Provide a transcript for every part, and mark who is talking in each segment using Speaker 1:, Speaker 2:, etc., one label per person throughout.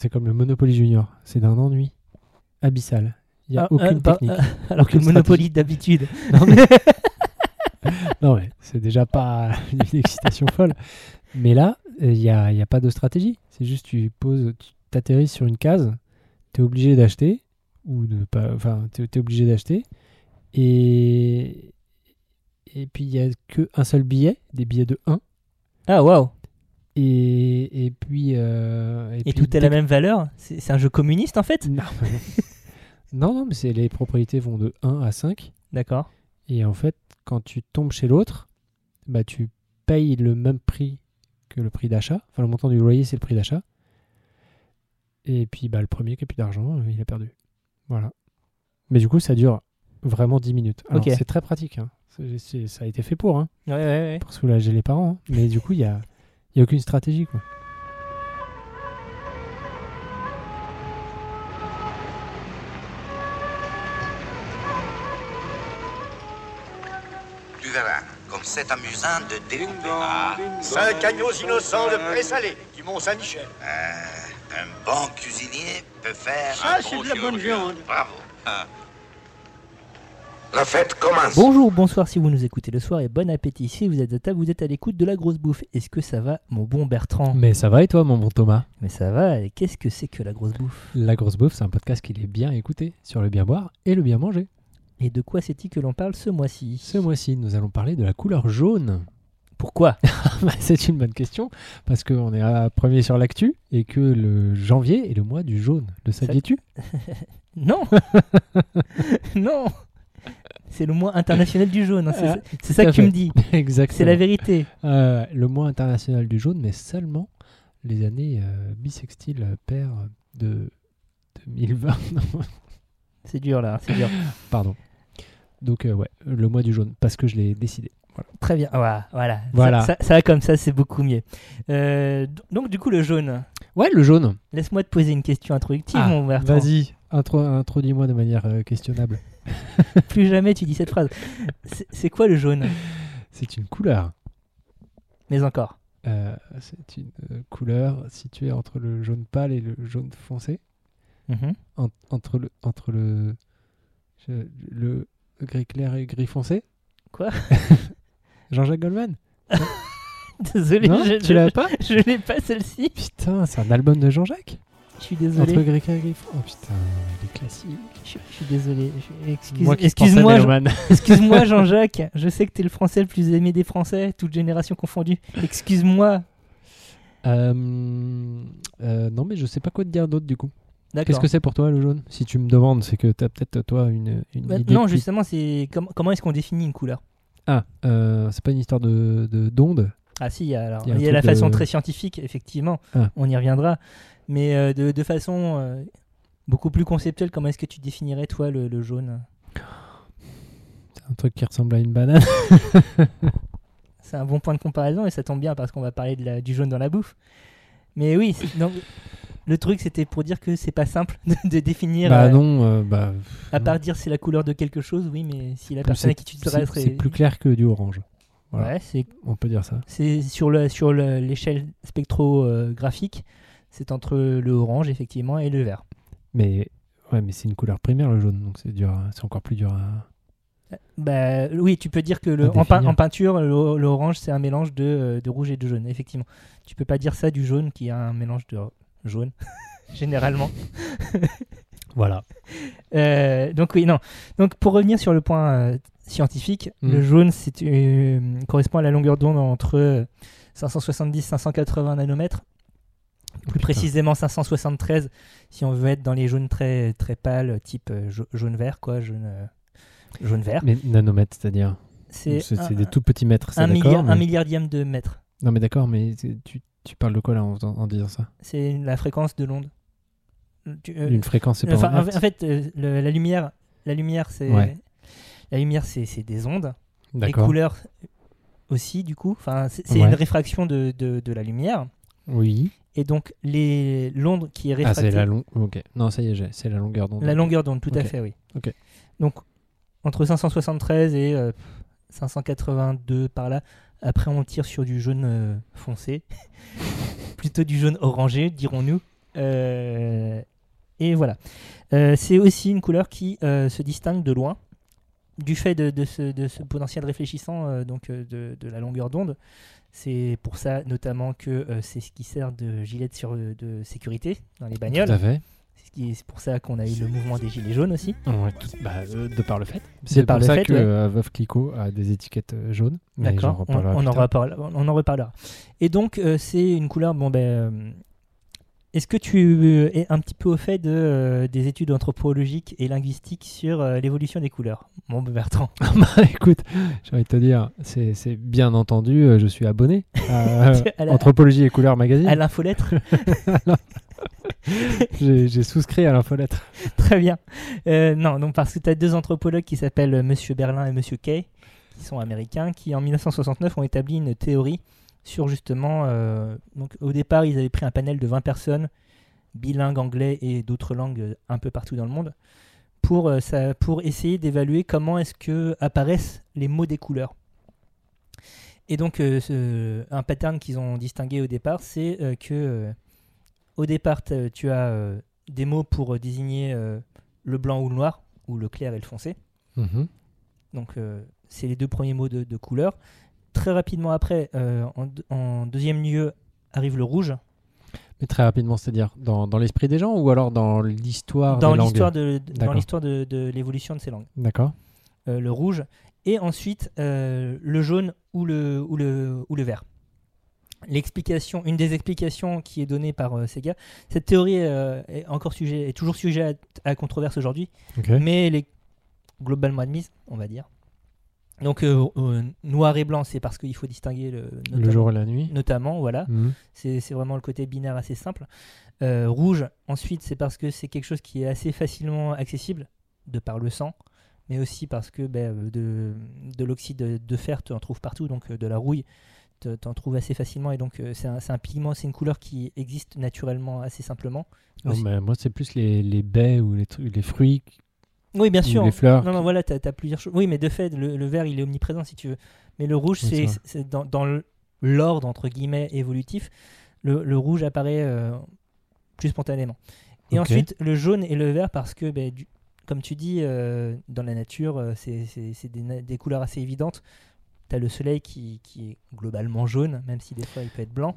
Speaker 1: C'est comme le Monopoly Junior, c'est d'un ennui abyssal. Il n'y a
Speaker 2: Ah,
Speaker 1: aucune
Speaker 2: ah, bah,
Speaker 1: technique.
Speaker 2: ah, alors que
Speaker 1: Aucune
Speaker 2: le Monopoly d'habitude.
Speaker 1: Non, mais... Non, mais c'est déjà pas une excitation folle. Mais là, euh, il n'y a, y a pas de stratégie. C'est juste tu poses, tu t'atterris sur une case, tu es obligé d'acheter, ou de pas. Enfin, tu es, obligé d'acheter. Et. Et puis, il n'y a qu'un seul billet, des billets de 1.
Speaker 2: Ah waouh
Speaker 1: Et, et puis. euh, puis,
Speaker 2: Et tout à la
Speaker 1: dès
Speaker 2: même valeur C'est c'est un jeu communiste en
Speaker 1: que-
Speaker 2: fait
Speaker 1: Non, mais- non, non, mais c'est- les propriétés vont de 1 à 5.
Speaker 2: D'accord.
Speaker 1: Et en fait, quand tu tombes chez l'autre, bah, tu payes le même prix que le prix d'achat. Enfin, le montant du loyer, c'est le prix d'achat. Et puis, bah, le premier qui a plus d'argent, euh, il a perdu. Voilà. Mais du coup, ça dure vraiment 10 minutes. Alors,
Speaker 2: Ok.
Speaker 1: c'est très pratique. hein. C'est- c'est- ça a été fait pour, hein,
Speaker 2: Ouais, ouais, ouais.
Speaker 1: pour soulager les parents. hein. Mais du coup, il n'y a, il y a aucune stratégie. Quoi.
Speaker 3: Tu verras, comme c'est amusant de découper. Ah,
Speaker 4: Cinq agneaux innocents de présalé du Mont-Saint-Michel.
Speaker 3: Euh, un bon cuisinier peut faire.
Speaker 4: Ah,
Speaker 3: un
Speaker 4: c'est
Speaker 3: bon
Speaker 4: de la bonne
Speaker 3: chirurgien.
Speaker 4: viande.
Speaker 3: Bravo. La fête commence.
Speaker 2: Bonjour, bonsoir si vous nous écoutez le soir et bon appétit. Si vous êtes à table, vous êtes à l'écoute de la grosse bouffe. Est-ce que ça va, mon bon Bertrand
Speaker 1: Mais ça va et toi, mon bon Thomas
Speaker 2: Mais ça va, et qu'est-ce que c'est que la grosse bouffe
Speaker 1: La Grosse Bouffe, c'est un podcast qu'il est bien écouté sur le bien boire et le bien manger.
Speaker 2: Et de quoi c'est-il que l'on parle ce mois-ci
Speaker 1: Ce mois-ci, nous allons parler de la couleur jaune.
Speaker 2: Pourquoi
Speaker 1: Bah, c'est une bonne question parce qu'on est à premier sur l'actu et que le janvier est le mois du jaune. Le
Speaker 2: Ça-
Speaker 1: saviez-tu
Speaker 2: Non Non C'est le mois international du jaune, hein, c'est
Speaker 1: Ah,
Speaker 2: ça- c'est ça
Speaker 1: à
Speaker 2: que tu
Speaker 1: fait.
Speaker 2: me dis. C'est
Speaker 1: Exactement.
Speaker 2: la vérité.
Speaker 1: Euh, le mois international du jaune, mais seulement les années euh, bisextiles euh, paires de 2020. Non,
Speaker 2: C'est dur là, c'est dur.
Speaker 1: Pardon. Donc euh, ouais, le mois du jaune parce que je l'ai décidé.
Speaker 2: Très bien, voilà. Voilà,
Speaker 1: Voilà.
Speaker 2: Ça, ça- ça, comme ça c'est beaucoup mieux. Euh, d- donc du coup le jaune,
Speaker 1: Ouais, le jaune.
Speaker 2: laisse-moi te poser une question introductive
Speaker 1: Ah,
Speaker 2: mon Bertrand.
Speaker 1: Vas-y, intro- introduis-moi de manière euh, questionnable.
Speaker 2: Plus jamais tu dis cette phrase. C'est- C'est quoi le jaune
Speaker 1: C'est une couleur.
Speaker 2: Mais encore.
Speaker 1: Euh, c'est une euh, couleur située entre le jaune pâle et le jaune foncé.
Speaker 2: Mhm.
Speaker 1: en- entre le entre le je- le gris clair et gris foncé.
Speaker 2: Quoi
Speaker 1: Jean-Jacques Goldman
Speaker 2: Désolé,
Speaker 1: Non,
Speaker 2: je,
Speaker 1: tu
Speaker 2: je-
Speaker 1: l'avais pas
Speaker 2: je n'ai pas celle-ci.
Speaker 1: Putain, c'est un album de Jean-Jacques
Speaker 2: Je suis
Speaker 1: Entre
Speaker 2: désolé.
Speaker 1: gris clair et gris foncé. Oh putain, les classiques.
Speaker 2: Je, je suis désolé. Je- excuse-
Speaker 1: Moi qui
Speaker 2: Excuse-moi,
Speaker 1: pensais
Speaker 2: Jean-
Speaker 1: mélomane.
Speaker 2: excuse-moi, Jean-Jacques. Je sais que t'es le français le plus aimé des Français, toute génération confondue. Excuse-moi.
Speaker 1: Euh, euh, non, mais je sais pas quoi te dire d'autre du coup. Qu'est-ce
Speaker 2: D'accord.
Speaker 1: que c'est pour toi le jaune Si tu me demandes, c'est que t'as peut-être toi une, une
Speaker 2: Bah,
Speaker 1: idée.
Speaker 2: non,
Speaker 1: qui-
Speaker 2: justement, c'est com- comment est-ce qu'on définit une couleur
Speaker 1: Ah, euh, c'est pas une histoire de de- d'onde.
Speaker 2: Ah si, alors
Speaker 1: Il y a un
Speaker 2: il y a la
Speaker 1: truc de-
Speaker 2: façon très scientifique, effectivement,
Speaker 1: Ah.
Speaker 2: on y reviendra, mais euh, de, de façon euh, beaucoup plus conceptuelle, comment est-ce que tu définirais toi le, le jaune
Speaker 1: C'est un truc qui ressemble à une banane.
Speaker 2: C'est un bon point de comparaison et ça tombe bien parce qu'on va parler de la- du jaune dans la bouffe. Mais oui, c'est- donc, le truc c'était pour dire que c'est pas simple de, de définir,
Speaker 1: bah
Speaker 2: euh,
Speaker 1: non, euh, bah
Speaker 2: à
Speaker 1: non.
Speaker 2: part dire c'est la couleur de quelque chose, oui, mais si la
Speaker 1: Plus
Speaker 2: personne à qui tu te
Speaker 1: c'est
Speaker 2: dresses
Speaker 1: c'est plus clair que du orange. voilà.
Speaker 2: Ouais, c'est
Speaker 1: On peut dire ça.
Speaker 2: C'est sur le sur le- l'échelle spectrographique, c'est entre le orange effectivement et le vert.
Speaker 1: Mais ouais, mais c'est une couleur primaire le jaune, donc c'est dur, à- c'est encore plus dur à.
Speaker 2: Bah oui, tu peux dire que
Speaker 1: À
Speaker 2: le, en, pein-
Speaker 1: définir.
Speaker 2: en peinture, le- l'orange c'est un mélange de, euh, de rouge et de jaune, effectivement. Tu peux pas dire ça du jaune qui est un mélange de jaune, généralement.
Speaker 1: Voilà.
Speaker 2: Euh, donc oui, non. Donc pour revenir sur le point euh, scientifique,
Speaker 1: Mm.
Speaker 2: le jaune c'est, euh, correspond à la longueur d'onde entre euh, 570-580 nanomètres. Plus précisément 573 si on veut être dans les jaunes très très pâles type euh, jaune vert quoi jaune euh, jaune vert
Speaker 1: Mais nanomètres, c'est-à-dire C'est
Speaker 2: un-
Speaker 1: c'est des tout petits mètres, c'est
Speaker 2: un, milliard,
Speaker 1: d'accord.
Speaker 2: un
Speaker 1: Mais...
Speaker 2: milliardième de mètre.
Speaker 1: Non mais d'accord, mais c'est- tu, tu parles de quoi là en, faisant- en disant ça
Speaker 2: C'est la fréquence de l'onde. Tu- euh,
Speaker 1: Une fréquence, c'est pas
Speaker 2: enfin,
Speaker 1: un
Speaker 2: en fait- en fait, euh, le- la lumière, la lumière, c'est
Speaker 1: Ouais.
Speaker 2: la lumière, c'est c'est des ondes. Les
Speaker 1: D'accord.
Speaker 2: couleurs aussi, du coup. Enfin, c'est c'est
Speaker 1: Ouais.
Speaker 2: une réfraction de, de- de la lumière.
Speaker 1: Oui.
Speaker 2: Et donc, les l'onde qui est
Speaker 1: Ah
Speaker 2: réfractée,
Speaker 1: c'est la longue. Ok. Non ça y est, j'ai- c'est la longueur d'onde.
Speaker 2: la longueur d'onde, tout à
Speaker 1: Ok.
Speaker 2: fait, oui.
Speaker 1: Ok.
Speaker 2: Donc, entre 573 et euh, 582 par là. Après, on tire sur du jaune euh, foncé, plutôt du jaune orangé, dirons-nous. Euh, et voilà. Euh, c'est aussi une couleur qui euh, se distingue de loin du fait de, de ce, de ce potentiel réfléchissant euh, donc euh, de, de la longueur d'onde. C'est pour ça notamment que euh, c'est ce qui sert de gilet de, sur- de sécurité dans les
Speaker 1: Tout à
Speaker 2: bagnoles.
Speaker 1: fait.
Speaker 2: C'est ce qui- c'est pour ça qu'on a eu le mouvement des gilets jaunes aussi.
Speaker 1: Ouais, tout- bah, euh, de par le fait. C'est
Speaker 2: Ah. par
Speaker 1: pour
Speaker 2: le
Speaker 1: ça
Speaker 2: fait,
Speaker 1: que
Speaker 2: ouais.
Speaker 1: euh, Veuve Clicquot a des étiquettes euh, jaunes. mais j'en
Speaker 2: D'accord, on,
Speaker 1: reparlerai
Speaker 2: on
Speaker 1: plus
Speaker 2: en
Speaker 1: tard.
Speaker 2: reparle- on en reparlera. Et donc, euh, c'est une couleur. Bon, ben, euh, est-ce que tu euh, es un petit peu au fait de, euh, des études anthropologiques et linguistiques sur euh, l'évolution des couleurs Bon, ben, Bertrand,
Speaker 1: Bah, écoute, j'ai envie de te dire, c'est c'est bien entendu, euh, je suis abonné à euh,
Speaker 2: À la- Ah,
Speaker 1: Anthropologie et Couleurs Magazine.
Speaker 2: à l'infolettre,
Speaker 1: J'ai j'ai souscrit à l'infolettre.
Speaker 2: très bien. Euh, non, donc parce que tu as deux anthropologues qui s'appellent euh, Monsieur Berlin et Monsieur Kay, qui sont américains, qui en 1969 ont établi une théorie sur justement. euh, donc, au départ, ils avaient pris un panel de 20 personnes, bilingues anglais et d'autres langues euh, un peu partout dans le monde, pour, euh, ça, pour essayer d'évaluer comment est-ce que apparaissent les mots des couleurs. Et donc, euh, ce- un pattern qu'ils ont distingué au départ, c'est euh, que euh, au départ, t'as- tu as euh, des mots pour euh, désigner euh, le blanc ou le noir, ou le clair et le foncé.
Speaker 1: Mhm.
Speaker 2: Donc, euh, c'est les deux premiers mots de, de couleur. Très rapidement après, euh, en, d- en deuxième lieu, arrive le rouge.
Speaker 1: Mais très rapidement, c'est-à-dire dans, dans l'esprit des gens ou alors dans l'histoire
Speaker 2: Dans
Speaker 1: des langues
Speaker 2: l'histoire de, de- dans
Speaker 1: D'accord.
Speaker 2: l'histoire de- de l'évolution de ces langues.
Speaker 1: D'accord.
Speaker 2: euh, le rouge, et ensuite euh, le jaune ou le, ou le, ou le vert. L'explication, une des explications qui est donnée par euh, Sega, cette théorie euh, est encore sujet, est toujours sujet à, à controverse aujourd'hui,
Speaker 1: Ok.
Speaker 2: mais elle est globalement admise, on va dire. Donc euh, euh, noir et blanc, c'est parce qu'il faut distinguer le,
Speaker 1: Le
Speaker 2: notamment- Ah.
Speaker 1: jour et la nuit.
Speaker 2: notamment, voilà.
Speaker 1: Mhm.
Speaker 2: C'est c'est vraiment le côté binaire assez simple. Euh, rouge, ensuite, c'est parce que c'est quelque chose qui est assez facilement accessible, de par le sang, mais aussi parce que ben, euh, de, de l'oxyde de fer, tu en trouves partout, donc euh, de la rouille, tu en trouves assez facilement. Et donc, euh, c'est un, c'est un pigment, c'est une couleur qui existe naturellement assez simplement.
Speaker 1: Non,
Speaker 2: Aussi.
Speaker 1: Oh, mais moi, c'est plus les, les baies ou les, trucs- les fruits
Speaker 2: Oui, bien sûr.
Speaker 1: ou les fleurs.
Speaker 2: Non, non, voilà, tu as, plusieurs choses. Oui, mais de fait, le, le vert, il est omniprésent si tu veux. Mais le rouge,
Speaker 1: Oui,
Speaker 2: c'est
Speaker 1: c'est vrai.
Speaker 2: c'est dans, dans le- l'ordre, entre guillemets, évolutif. Le, le rouge apparaît euh, plus spontanément. Et
Speaker 1: Ok.
Speaker 2: ensuite, le jaune et le vert, parce que, ben, du- comme tu dis, euh, dans la nature, euh, c'est- c'est c'est des, na- des couleurs assez évidentes. Tu as le soleil qui, qui est globalement jaune, même si des fois il peut être blanc.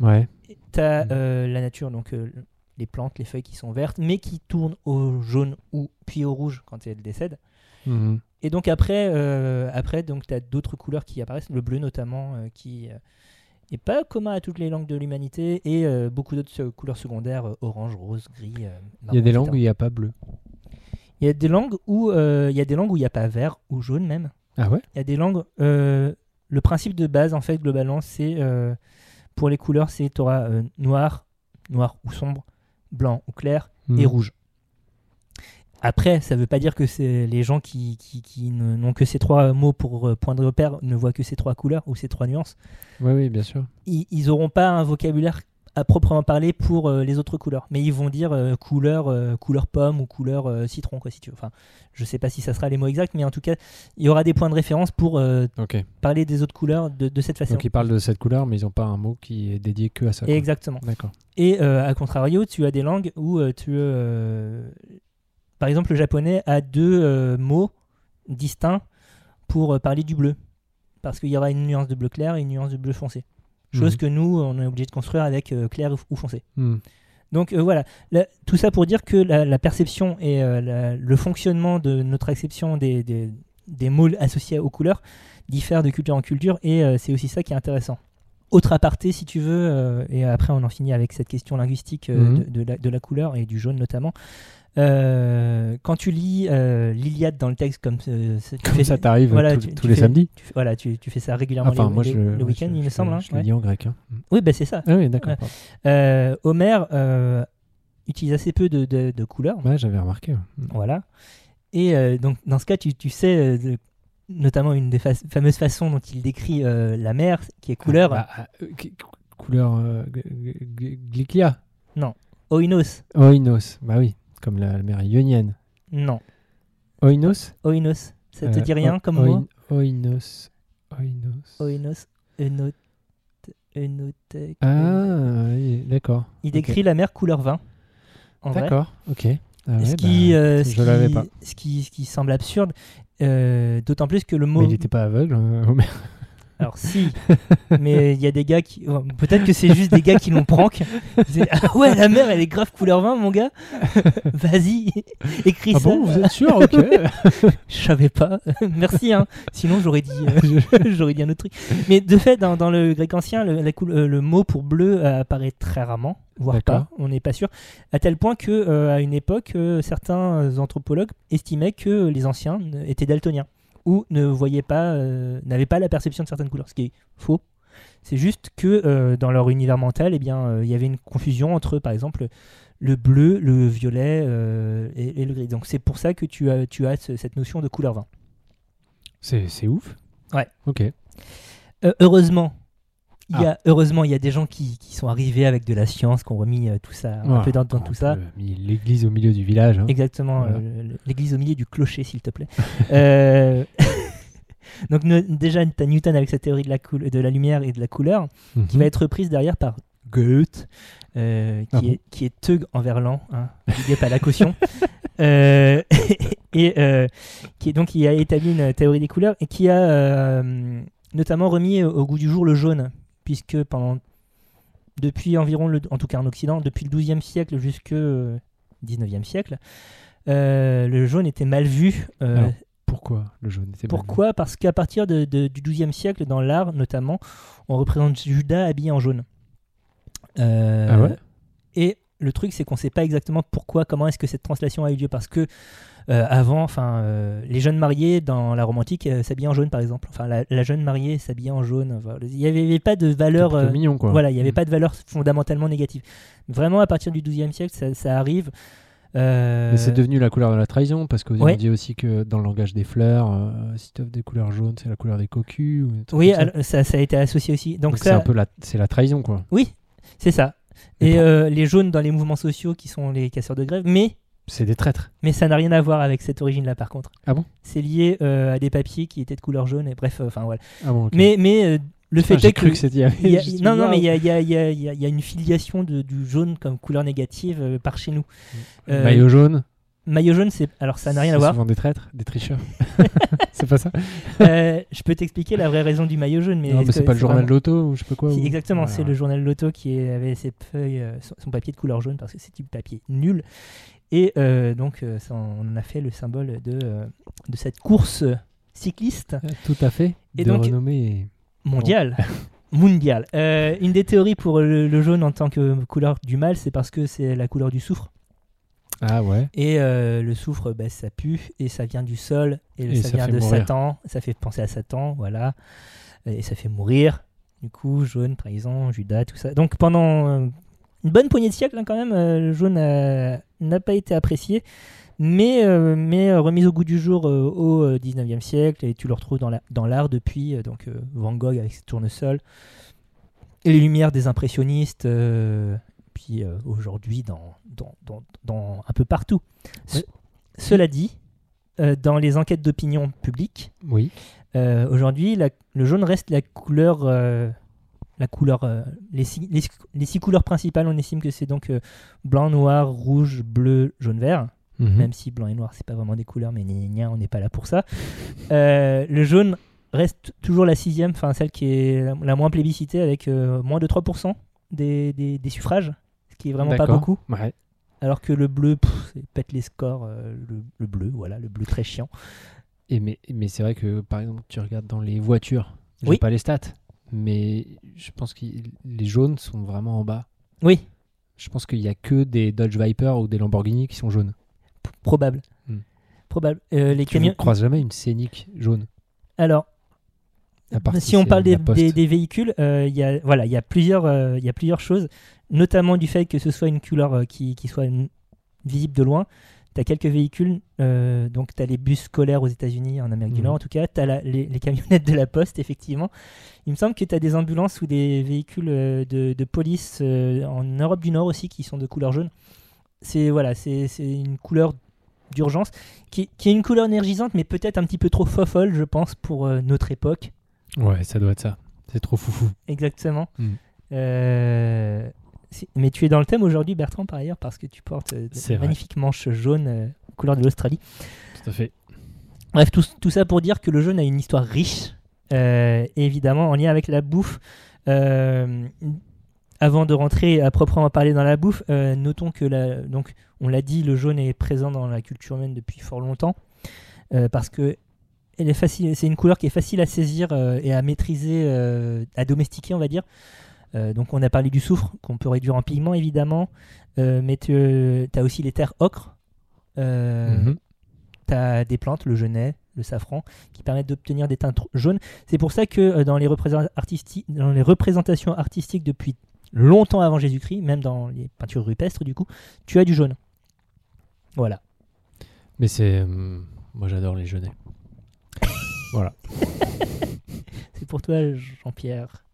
Speaker 1: Ouais.
Speaker 2: Tu as
Speaker 1: Mm.
Speaker 2: la nature, donc euh, les plantes, les feuilles qui sont vertes, mais qui tournent au jaune ou puis au rouge quand elles décèdent.
Speaker 1: Mhm.
Speaker 2: Et donc après, euh, après donc tu as d'autres couleurs qui apparaissent, le bleu notamment, euh, qui euh, est pas commun à toutes les langues de l'humanité, et euh, beaucoup d'autres se- couleurs secondaires, euh, orange, rose, gris. euh,
Speaker 1: Il y a
Speaker 2: marron,
Speaker 1: des
Speaker 2: etc.
Speaker 1: langues où il n'y a pas bleu.
Speaker 2: Il y a des langues où euh, il y a des langues où il n'y a pas vert ou jaune même.
Speaker 1: Ah ouais
Speaker 2: Il y a des langues. euh, le principe de base en fait globalement c'est euh, pour les couleurs c'est t'auras euh, noir, noir ou sombre, blanc ou clair, et
Speaker 1: Mhm.
Speaker 2: rouge. Après, ça veut pas dire que c'est les gens qui, qui, qui ne- n'ont que ces trois mots pour euh, point de repère ne voient que ces trois couleurs ou ces trois nuances.
Speaker 1: Oui, oui, bien sûr.
Speaker 2: Ils ils auront pas un vocabulaire à proprement parler pour euh, les autres couleurs, mais ils vont dire euh, couleur, euh, couleur pomme ou couleur euh, citron, quoi, si tu veux. Enfin, je sais pas si ça sera les mots exacts, mais en tout cas, il y aura des points de référence pour euh,
Speaker 1: Ok.
Speaker 2: parler des autres couleurs de, de cette façon.
Speaker 1: Donc ils parlent de cette couleur, mais ils n'ont pas un mot qui est dédié que à ça. quoi.
Speaker 2: Exactement.
Speaker 1: D'accord.
Speaker 2: Et euh, à contrario, tu as des langues où euh, tu. euh, par exemple, le japonais a deux euh, mots distincts pour euh, parler du bleu. Parce qu'il y aura une nuance de bleu clair et une nuance de bleu foncé. Chose
Speaker 1: Mhm.
Speaker 2: que nous, on est obligé de construire avec euh, clair ou- ou foncé.
Speaker 1: Mhm.
Speaker 2: Donc euh, voilà, La- tout ça pour dire que la, la perception et euh, la- le fonctionnement de notre acception des, des, des mots associés aux couleurs diffèrent de culture en culture et euh, c'est aussi ça qui est intéressant. Autre aparté, si tu veux, euh, et après on en finit avec cette question linguistique euh,
Speaker 1: Mhm.
Speaker 2: de, de la, de la couleur et du jaune notamment. Euh, quand tu lis euh, l'Iliade dans le texte comme, ce- ce- tu
Speaker 1: Comme
Speaker 2: fais-
Speaker 1: ça t'arrive
Speaker 2: voilà,
Speaker 1: tous,
Speaker 2: tu-
Speaker 1: tous
Speaker 2: tu
Speaker 1: les
Speaker 2: fais-
Speaker 1: samedis.
Speaker 2: tu- voilà, tu, tu fais ça régulièrement
Speaker 1: Enfin,
Speaker 2: les-
Speaker 1: moi
Speaker 2: les-
Speaker 1: je
Speaker 2: le
Speaker 1: ouais,
Speaker 2: week-end,
Speaker 1: je-
Speaker 2: il me
Speaker 1: je-
Speaker 2: semble. hein,
Speaker 1: Je le
Speaker 2: ouais.
Speaker 1: dis en grec. hein.
Speaker 2: Oui, ben c'est ça.
Speaker 1: Ah oui, d'accord.
Speaker 2: Ouais.
Speaker 1: pardon.
Speaker 2: Euh, Homer euh, utilise assez peu de, de- de couleurs.
Speaker 1: Ouais, Bah, j'avais remarqué. ouais.
Speaker 2: Voilà. Et euh, donc, dans ce cas, tu, tu sais, euh, de- notamment une des fa- fameuses façons dont il décrit euh, la mer, qui est couleur
Speaker 1: Bah, ah, euh, qui- cou- couleur euh, g- g- g- glycia. bah.
Speaker 2: oinos.
Speaker 1: Oinos. Bah oui, comme la, la mer ionienne.
Speaker 2: Non,
Speaker 1: Oinos
Speaker 2: oinos. Ça te
Speaker 1: Euh,
Speaker 2: dit rien
Speaker 1: o-
Speaker 2: comme
Speaker 1: oin-
Speaker 2: mot
Speaker 1: Oinos. Oinos.
Speaker 2: Oinos, eno- Enothec.
Speaker 1: Ah, oui, d'accord.
Speaker 2: Il décrit la mer couleur vin. En vrai.
Speaker 1: D'accord, ok. Ah ouais,
Speaker 2: ce, qui,
Speaker 1: bah,
Speaker 2: euh,
Speaker 1: je
Speaker 2: ce,
Speaker 1: l'avais
Speaker 2: qui,
Speaker 1: pas.
Speaker 2: ce qui- ce qui semble absurde, euh, d'autant plus que le mot.
Speaker 1: Mais il n'était pas aveugle, euh, Homer.
Speaker 2: Alors si, mais il y a des gars qui... ouais, Peut-être que c'est juste des gars qui l'ont prank. Ils disaient, ah ouais, la mer, elle est grave couleur vin, mon gars. Vas-y, écris
Speaker 1: Ah
Speaker 2: ça.
Speaker 1: bon, vous êtes sûr Ok.
Speaker 2: Je savais pas. Merci, hein. Sinon, j'aurais dit, euh, j'aurais dit un autre truc. Mais de fait, dans, dans le grec ancien, le, la coul- euh, le mot pour bleu euh, apparaît très rarement, voire
Speaker 1: D'accord.
Speaker 2: pas. On n'est pas sûr. À tel point que, euh, à une époque, euh, certains anthropologues estimaient que les anciens ne- étaient daltoniens ou ne voyaient pas, euh, n'avaient pas la perception de certaines couleurs, ce qui est faux. C'est juste que euh, dans leur univers mental, eh bien, euh, il y avait une confusion entre, par exemple, le bleu, le violet euh, et, et le gris. Donc c'est pour ça que tu as, tu as ce- cette notion de couleur vin.
Speaker 1: C'est c'est ouf.
Speaker 2: Ouais.
Speaker 1: Ok.
Speaker 2: Euh, heureusement, il y a, heureusement, il y a des gens qui, qui sont arrivés avec de la science, qui ont remis euh, tout ça, un
Speaker 1: Voilà,
Speaker 2: peu dans, dans
Speaker 1: on
Speaker 2: tout ça.
Speaker 1: peut- mis L'église au milieu du village. hein.
Speaker 2: Exactement,
Speaker 1: Voilà.
Speaker 2: euh, le- l'église au milieu du clocher, s'il te plaît. Euh, Donc ne- déjà, tu as Newton avec sa théorie de la, coul- de la lumière et de la couleur,
Speaker 1: Mhm.
Speaker 2: qui va être reprise derrière par Goethe, euh, qui,
Speaker 1: Ah bon
Speaker 2: est, qui est teug en verlan, hein, il pas la caution, Euh, et euh, qui est donc qui a établi une théorie des couleurs et qui a euh, notamment remis au goût du jour le jaune, puisque pendant depuis environ le, en tout cas en Occident, depuis le 12e siècle jusque euh, 19e siècle, euh, le jaune était mal vu. euh,
Speaker 1: Alors, Pourquoi le jaune était mal vu
Speaker 2: pourquoi Parce qu'à partir de- de- du XIIe siècle, dans l'art notamment, on représente Judas habillé en jaune. Euh,
Speaker 1: Ah ouais
Speaker 2: Et le truc, c'est qu'on ne sait pas exactement pourquoi, comment est-ce que cette translation a eu lieu. Parce que euh, avant, enfin, euh, les jeunes mariés dans la romantique antique euh, s'habillaient en jaune, par exemple. Enfin, la, la jeune mariée s'habillait en jaune. Voilà. Il n'y avait, il y avait pas de
Speaker 1: C'était
Speaker 2: valeur.
Speaker 1: plutôt
Speaker 2: euh,
Speaker 1: mignon, quoi. Mm.
Speaker 2: voilà, il n'y avait pas de valeur fondamentalement négative. Vraiment, à partir du XIIe siècle, ça, ça arrive. Euh,
Speaker 1: Mais c'est devenu la couleur de la trahison parce qu'on
Speaker 2: ouais.
Speaker 1: dit aussi que dans le langage des fleurs, euh, si tu des couleurs jaunes, c'est la couleur des cocus. Ou des trucs
Speaker 2: Oui,
Speaker 1: comme ça.
Speaker 2: alors, ça, ça a été associé aussi. Donc,
Speaker 1: Donc c'est
Speaker 2: ça,
Speaker 1: un peu la, c'est la trahison, quoi.
Speaker 2: Oui, c'est ça.
Speaker 1: Et
Speaker 2: Et
Speaker 1: pour-
Speaker 2: euh, les jaunes dans les mouvements sociaux qui sont les casseurs de grève, mais,
Speaker 1: C'est des traîtres.
Speaker 2: mais ça n'a rien à voir avec cette origine-là par contre.
Speaker 1: Ah bon
Speaker 2: C'est lié euh, à des papiers qui étaient de couleur jaune et bref, euh, enfin voilà.
Speaker 1: Ah bon, ok.
Speaker 2: Mais, mais euh, le
Speaker 1: Putain,
Speaker 2: fait
Speaker 1: j'ai
Speaker 2: est
Speaker 1: cru
Speaker 2: que...
Speaker 1: que c'était.
Speaker 2: il y a-
Speaker 1: Juste
Speaker 2: non, non,
Speaker 1: waouh.
Speaker 2: mais il y a, il y a- il y a- il y a- il y a une filiation de- du jaune comme couleur négative euh, par chez nous. Euh,
Speaker 1: Mm. Maillot jaune.
Speaker 2: maillot jaune, c'est alors ça n'a rien à
Speaker 1: c'est
Speaker 2: voir.
Speaker 1: souvent des traîtres, des tricheurs. c'est pas ça
Speaker 2: Euh, je peux t'expliquer la vraie raison du maillot jaune, mais
Speaker 1: Non, mais
Speaker 2: est-ce
Speaker 1: c'est
Speaker 2: que
Speaker 1: pas le journal
Speaker 2: vraiment-
Speaker 1: de l'auto ou je sais pas quoi.
Speaker 2: Si,
Speaker 1: ou-
Speaker 2: exactement,
Speaker 1: Voilà.
Speaker 2: c'est le journal Loto qui est- avait ses feuilles, euh, son, son papier de couleur jaune parce que c'est du papier nul. Et euh, donc, euh, ça, on en a fait le symbole de, euh, de cette course cycliste
Speaker 1: Euh, Tout à fait.
Speaker 2: Et
Speaker 1: de
Speaker 2: donc-
Speaker 1: renommée.
Speaker 2: mondiale. mondiale. Euh, une des théories pour le, le jaune en tant que couleur du mal, c'est parce que c'est la couleur du soufre.
Speaker 1: Ah ouais.
Speaker 2: Et euh, le soufre, bah, ça pue, et ça vient du sol, et,
Speaker 1: Et
Speaker 2: ça,
Speaker 1: ça
Speaker 2: vient
Speaker 1: fait
Speaker 2: de
Speaker 1: mourir.
Speaker 2: Satan, ça fait penser à Satan, voilà, et ça fait mourir. Du coup, jaune, trahison, Judas, tout ça. Donc pendant euh, une bonne poignée de siècles, hein, quand même, euh, le jaune euh, n'a pas été apprécié, mais, euh, mais euh, remise au goût du jour euh, au euh, 19e siècle, et tu le retrouves dans la- dans l'art depuis, euh, donc euh, Van Gogh avec ses tournesols, et les lumières des impressionnistes. euh, puis euh, aujourd'hui dans, dans, dans- dans- un peu partout. Ce-
Speaker 1: Ouais.
Speaker 2: Cela dit, euh, dans les enquêtes d'opinion publique,
Speaker 1: Oui.
Speaker 2: euh, aujourd'hui la- le jaune reste la couleur, euh, la couleur, euh, les, six, les six- les six couleurs principales. On estime que c'est donc euh, blanc, noir, rouge, bleu, jaune, vert.
Speaker 1: Mhm.
Speaker 2: Même si blanc et noir c'est pas vraiment des couleurs, mais gna gna gna, on n'est pas là pour ça. Euh, le jaune reste toujours la sixième, enfin celle qui est la- la moins plébiscitée avec euh, moins de 3% des, des- des suffrages, ce qui est vraiment pas
Speaker 1: D'accord.
Speaker 2: beaucoup.
Speaker 1: Ouais.
Speaker 2: Alors que le bleu, pff, c'est- pète les scores, euh, le, le bleu, voilà, le bleu très chiant.
Speaker 1: Et mais, mais c'est vrai que par exemple, tu regardes dans les voitures, j'ai
Speaker 2: Oui.
Speaker 1: pas les stats, mais je pense que les jaunes sont vraiment en bas.
Speaker 2: Oui,
Speaker 1: Je pense qu'il y a que des Dodge Viper ou des Lamborghini qui sont jaunes.
Speaker 2: p- probable.
Speaker 1: Hmm.
Speaker 2: Probable. Euh, les
Speaker 1: Tu
Speaker 2: camions.
Speaker 1: ne croises jamais une Scénic jaune.
Speaker 2: Alors,
Speaker 1: À part
Speaker 2: si on
Speaker 1: c'est
Speaker 2: parle des,
Speaker 1: la Poste.
Speaker 2: des- des véhicules, euh, il y a, voilà, il y a plusieurs, euh, il y a plusieurs choses, notamment du fait que ce soit une couleur euh, qui, qui soit une- visible de loin. Tu as quelques véhicules, euh, donc tu as les bus scolaires aux États-Unis, en Amérique du
Speaker 1: Mhm.
Speaker 2: Nord en tout cas, tu as les, les camionnettes de la poste, effectivement. Il me semble que tu as des ambulances ou des véhicules euh, de, de police euh, en Europe du Nord aussi qui sont de couleur jaune. C'est voilà, c'est c'est une couleur d'urgence qui, qui est une couleur énergisante, mais peut-être un petit peu trop fofolle, je pense, pour euh, notre époque.
Speaker 1: Ouais, ça doit être ça. C'est trop foufou.
Speaker 2: Exactement.
Speaker 1: Mm.
Speaker 2: Euh, si- mais tu es dans le thème aujourd'hui, Bertrand, par ailleurs, parce que tu portes euh,
Speaker 1: C'est
Speaker 2: de
Speaker 1: vrai.
Speaker 2: magnifiques manches jaunes, euh, couleur de l'Australie.
Speaker 1: Tout à fait.
Speaker 2: Bref, tout, tout ça pour dire que le jeu a une histoire riche, euh, et évidemment en lien avec la bouffe. Euh, avant de rentrer à proprement parler dans la bouffe, euh, notons que la, donc on l'a dit, le jaune est présent dans la culture humaine depuis fort longtemps euh, parce que elle est facile, c'est une couleur qui est facile à saisir euh, et à maîtriser, euh, à domestiquer, on va dire. Euh, donc on a parlé du soufre qu'on peut réduire en pigment évidemment, euh, mais tu as aussi les terres ocres. euh,
Speaker 1: Mhm.
Speaker 2: T'as des plantes, le genêt, le safran, qui permettent d'obtenir des teintes jaunes. C'est pour ça que euh, dans les, représent- artisti- dans les représentations artistiques depuis longtemps avant Jésus-Christ, même dans les peintures rupestres du coup, tu as du jaune. Voilà.
Speaker 1: Mais c'est. hum, moi, j'adore les genêts. voilà.
Speaker 2: C'est pour toi, Jean-Pierre,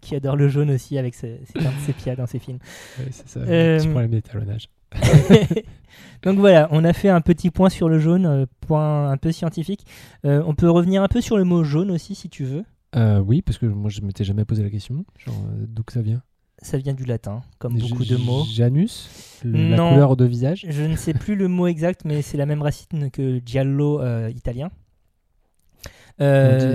Speaker 2: qui adore le jaune aussi avec ses, ses teintes sépia dans ses films.
Speaker 1: Ouais, c'est ça.
Speaker 2: Euh,
Speaker 1: Petit problème d'étalonnage.
Speaker 2: Donc voilà, on a fait un petit point sur le jaune, euh, point un peu scientifique. Euh, on peut revenir un peu sur le mot jaune aussi si tu veux.
Speaker 1: Euh, oui, parce que moi, je m'étais jamais posé la question. Genre, euh, d'où que ça vient
Speaker 2: Ça vient du latin, comme
Speaker 1: J-
Speaker 2: beaucoup de mots.
Speaker 1: Janus le- La
Speaker 2: Non.
Speaker 1: couleur de visage
Speaker 2: Je ne sais plus le mot exact, mais c'est la même racine que giallo euh, italien. Euh,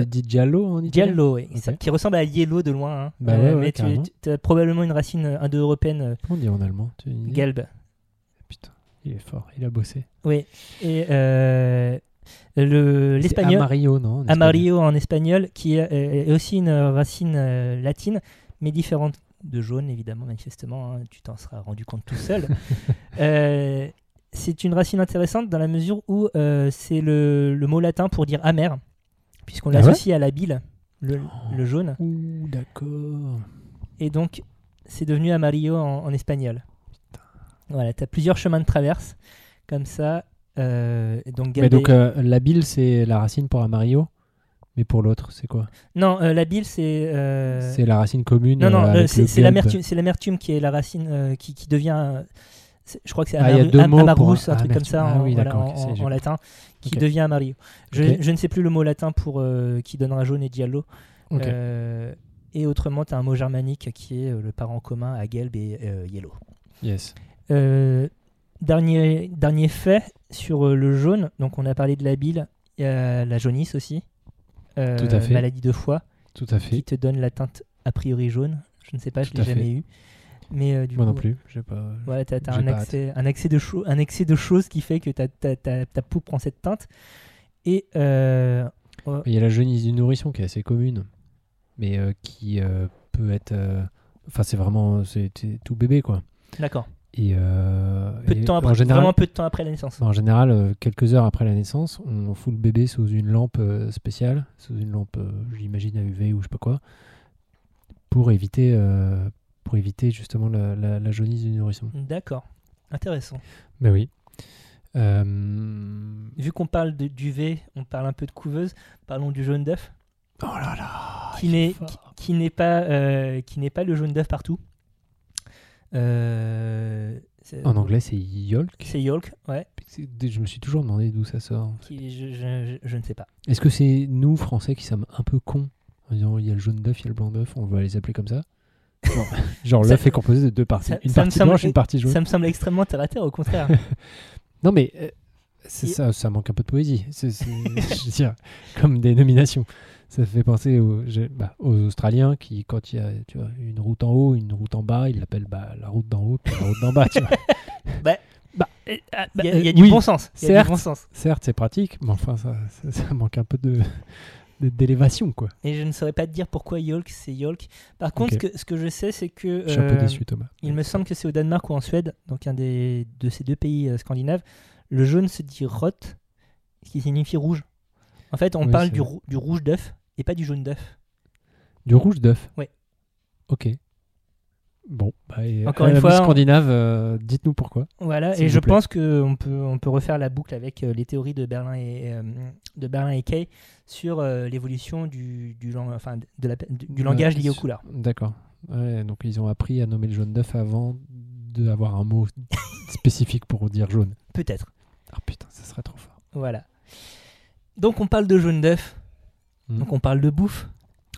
Speaker 1: On dit, dit giallo en italien
Speaker 2: giallo, oui,
Speaker 1: Ok.
Speaker 2: ça- qui ressemble à yellow de loin. hein.
Speaker 1: Bah ouais, ouais,
Speaker 2: mais tu,
Speaker 1: carrément.
Speaker 2: as probablement une racine euh, indo-européenne, euh,
Speaker 1: Comment on dit en allemand Tu as une idée
Speaker 2: galbe.
Speaker 1: Putain, il est fort, il a bossé.
Speaker 2: Oui. Et euh, le-
Speaker 1: C'est
Speaker 2: l'espagnol.
Speaker 1: Amarillo, non en espagnol
Speaker 2: Amarillo en espagnol, qui est, est aussi une racine euh, latine, mais différente de jaune, évidemment, manifestement. hein, tu t'en seras rendu compte tout seul. Euh, c'est une racine intéressante dans la mesure où euh, c'est le, le mot latin pour dire amer, puisqu'on
Speaker 1: Ah ouais
Speaker 2: l'associe à la bile, le, le jaune.
Speaker 1: Ouh, d'accord.
Speaker 2: Et donc, c'est devenu Amarillo en, en espagnol. Voilà, tu as plusieurs chemins de traverse, comme ça. euh, et donc,
Speaker 1: Mais
Speaker 2: Galbe-
Speaker 1: donc, euh, la bile, c'est la racine pour Amarillo Mais pour l'autre, c'est quoi
Speaker 2: Non, euh, la bile, c'est. euh,
Speaker 1: C'est la racine commune
Speaker 2: Non,
Speaker 1: euh,
Speaker 2: non,
Speaker 1: avec
Speaker 2: euh, c'est
Speaker 1: le
Speaker 2: c'est
Speaker 1: galbe.
Speaker 2: l'amertume, c'est l'amertume qui est la racine euh, qui, qui devient. euh, c'est- je crois que c'est
Speaker 1: Ah, il y a
Speaker 2: amar-
Speaker 1: deux
Speaker 2: am-
Speaker 1: mots pour-
Speaker 2: amarus, un truc
Speaker 1: amertume.
Speaker 2: comme ça
Speaker 1: Ah
Speaker 2: en,
Speaker 1: oui,
Speaker 2: voilà,
Speaker 1: d'accord,
Speaker 2: en-
Speaker 1: ok, ça y est,
Speaker 2: en-
Speaker 1: j'ai
Speaker 2: en latin, qui
Speaker 1: Ok.
Speaker 2: devient amarillo. Je,
Speaker 1: Ok.
Speaker 2: je ne sais plus le mot latin pour euh, qui donnera jaune et giallo.
Speaker 1: Ok.
Speaker 2: Euh, et autrement, tu as un mot germanique qui est euh, le parent commun à gelb et euh, yellow.
Speaker 1: Yes.
Speaker 2: Euh, dernier, dernier fait sur euh, le jaune, donc on a parlé de la bile, il y a la jaunisse aussi, euh,
Speaker 1: Tout à fait.
Speaker 2: maladie de foie
Speaker 1: Tout à
Speaker 2: qui
Speaker 1: fait.
Speaker 2: te donne la teinte a priori jaune. Je ne sais pas, je
Speaker 1: Tout
Speaker 2: l'ai
Speaker 1: à fait.
Speaker 2: jamais eu. Mais euh, du
Speaker 1: Moi
Speaker 2: coup,
Speaker 1: non plus. J'ai pas.
Speaker 2: Voilà, t'as, t'as
Speaker 1: J'ai
Speaker 2: un,
Speaker 1: pas
Speaker 2: accès, un, accès de cho- un excès de choses qui fait que ta, ta, ta, ta peau prend cette teinte. Et euh,
Speaker 1: Il y a la jaunisse du nourrisson qui est assez commune, mais euh, qui euh, peut être. euh, Enfin, c'est vraiment. C'est c'est tout bébé, quoi.
Speaker 2: d'accord,
Speaker 1: Et, euh,
Speaker 2: peu de
Speaker 1: et
Speaker 2: temps après,
Speaker 1: en général,
Speaker 2: vraiment peu de temps après la naissance.
Speaker 1: En général, euh, quelques heures après la naissance, on fout le bébé sous une lampe euh, spéciale, sous une lampe, euh, j'imagine, à UV ou je sais pas quoi, pour éviter, euh, pour éviter justement la, la- la jaunisse du nourrisson.
Speaker 2: D'accord, intéressant.
Speaker 1: Ben oui. Euh,
Speaker 2: Vu qu'on parle de duvet, on parle un peu de couveuse, parlons du jaune d'œuf,
Speaker 1: Oh là là
Speaker 2: qui,
Speaker 1: il est
Speaker 2: n'est,
Speaker 1: fort.
Speaker 2: qui, qui n'est pas, euh, qui n'est pas le jaune d'œuf partout. Euh, c'est-
Speaker 1: En anglais, c'est yolk.
Speaker 2: C'est yolk, ouais,
Speaker 1: Je me suis toujours demandé d'où ça sort.
Speaker 2: qui, je- je- je- je ne sais pas.
Speaker 1: Est-ce que c'est nous, Français, qui sommes un peu cons en disant il y a le jaune d'œuf, il y a le blanc d'œuf, on va les appeler comme ça Non. Genre
Speaker 2: Ça-
Speaker 1: l'œuf est composé de deux parties,
Speaker 2: ça-
Speaker 1: une
Speaker 2: ça me
Speaker 1: partie
Speaker 2: semble-
Speaker 1: blanche, une partie jaune.
Speaker 2: Ça me semble extrêmement terre à terre, au contraire.
Speaker 1: Non mais euh, c'est
Speaker 2: Il-
Speaker 1: ça, ça manque un peu de poésie, c'est, c'est- je veux dire, comme dénomination. Ça fait penser aux, j'ai- bah, aux Australiens qui, quand il y a tu vois, une route en haut, une route en bas, ils l'appellent bah, la route d'en haut, puis la route d'en bas. tu vois.
Speaker 2: Il
Speaker 1: bah,
Speaker 2: y a, Ah, il y a
Speaker 1: euh,
Speaker 2: du
Speaker 1: oui,
Speaker 2: bon sens. Il y a du
Speaker 1: certes.
Speaker 2: bon sens.
Speaker 1: Certes, c'est pratique, mais enfin, ça, ça- ça manque un peu de, de- d'élévation, quoi.
Speaker 2: Et je ne saurais pas te dire pourquoi Yolk, c'est Yolk. Par contre,
Speaker 1: Ok.
Speaker 2: ce, que, ce que je sais, c'est que.
Speaker 1: Je suis un peu
Speaker 2: euh,
Speaker 1: déçu, Thomas.
Speaker 2: Il me semble que c'est au Danemark ou en Suède, donc un des, de ces deux pays euh, scandinaves, le jaune se dit rot, ce qui signifie rouge. En fait, on
Speaker 1: Oui,
Speaker 2: parle
Speaker 1: c'est
Speaker 2: du,
Speaker 1: vrai.
Speaker 2: rou- du rouge d'œuf et pas du jaune d'œuf.
Speaker 1: Du rouge d'œuf
Speaker 2: Ouais.
Speaker 1: Ok. Bon, bah, et,
Speaker 2: Encore
Speaker 1: euh,
Speaker 2: une
Speaker 1: amis
Speaker 2: fois, on-
Speaker 1: Scandinaves, euh, dites-nous pourquoi.
Speaker 2: Voilà,
Speaker 1: S'il
Speaker 2: et
Speaker 1: vous
Speaker 2: je
Speaker 1: plaît.
Speaker 2: pense qu'on peut, on peut refaire la boucle avec euh, les théories de Berlin et, euh, de Berlin et Kay sur euh, l'évolution du, du, lang- enfin, de la- du- du
Speaker 1: Euh,
Speaker 2: langage lié aux
Speaker 1: sur-
Speaker 2: couleurs.
Speaker 1: D'accord. Ouais, donc ils ont appris à nommer le jaune d'œuf avant d'avoir un mot spécifique pour dire jaune.
Speaker 2: Peut-être.
Speaker 1: Ah putain, ça serait trop fort.
Speaker 2: Voilà. Donc on parle de jaune d'œuf.
Speaker 1: Mm.
Speaker 2: Donc on parle de bouffe.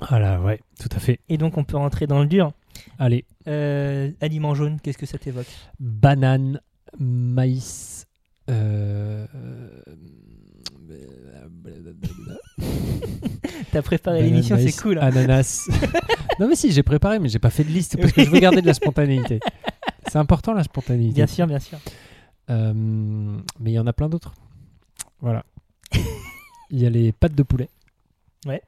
Speaker 1: Ah là, ouais, tout à fait.
Speaker 2: Et donc, on peut rentrer dans le dur.
Speaker 1: Allez,
Speaker 2: Euh, aliment jaune, qu'est-ce que ça t'évoque
Speaker 1: banane, maïs. euh, euh,
Speaker 2: T'as préparé
Speaker 1: Banane,
Speaker 2: l'émission,
Speaker 1: maïs,
Speaker 2: c'est cool. hein.
Speaker 1: Ananas. non mais si, j'ai préparé, mais j'ai pas fait de liste parce que je veux garder de la spontanéité. C'est important la spontanéité.
Speaker 2: Bien sûr, bien sûr.
Speaker 1: Euh, mais il y en a plein d'autres. Voilà. Il y a les pâtes de poulet.
Speaker 2: Ouais.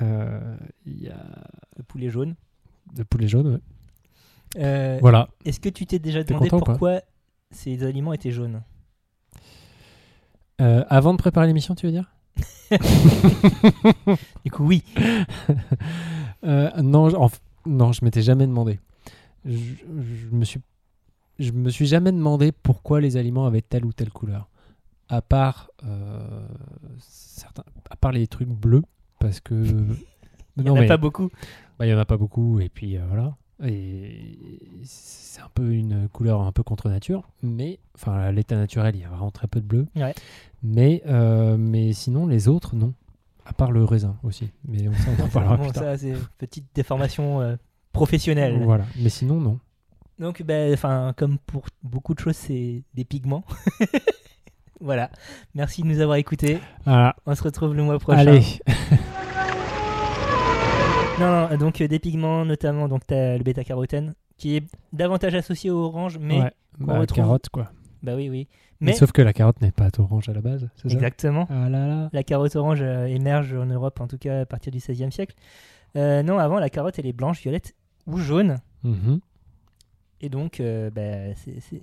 Speaker 1: Euh, Il y a
Speaker 2: Le poulet jaune.
Speaker 1: de poulet jaune. ouais.
Speaker 2: Euh,
Speaker 1: Voilà.
Speaker 2: Est-ce que tu t'es déjà
Speaker 1: T'es
Speaker 2: demandé
Speaker 1: content ou pas
Speaker 2: pourquoi ces aliments étaient jaunes
Speaker 1: Euh, avant de préparer l'émission, tu veux dire
Speaker 2: Du coup, oui.
Speaker 1: Euh, Non, je- en f- non, je m'étais jamais demandé. Je, je me suis, je me suis jamais demandé pourquoi les aliments avaient telle ou telle couleur. À part euh, certains, à part les trucs bleus, parce que
Speaker 2: Il n'y en a pas beaucoup.
Speaker 1: Bah, il n'y en a pas beaucoup, et puis euh, voilà. Et c'est un peu une couleur un peu contre nature, mais enfin, à l'état naturel, il y a vraiment très peu de bleu.
Speaker 2: Ouais.
Speaker 1: Mais, euh, mais sinon, les autres, non. À part le raisin aussi. Mais on, ça, on en parlera
Speaker 2: Bon,
Speaker 1: plus tard.
Speaker 2: ça, c'est une petite déformation euh, professionnelle.
Speaker 1: Voilà. Mais sinon, non.
Speaker 2: Donc, ben, enfin, comme pour beaucoup de choses, c'est des pigments. voilà. Merci de nous avoir écoutés.
Speaker 1: Voilà.
Speaker 2: On se retrouve le mois prochain.
Speaker 1: Allez,
Speaker 2: Non, non, donc euh, des pigments, notamment donc t'as le bêta-carotène, qui est davantage associé au orange, mais
Speaker 1: Ouais.
Speaker 2: qu'on
Speaker 1: Bah,
Speaker 2: retrouve-
Speaker 1: carotte, quoi.
Speaker 2: bah oui, oui.
Speaker 1: Mais...
Speaker 2: Mais
Speaker 1: Sauf que la carotte n'est pas orange à la base, c'est ça
Speaker 2: exactement.
Speaker 1: Ah là là.
Speaker 2: La carotte orange euh, émerge en Europe, en tout cas à partir du XVIe siècle. Euh, non, avant la carotte, elle est blanche, violette ou jaune,
Speaker 1: Mhm.
Speaker 2: et donc euh, bah, c'est c'est-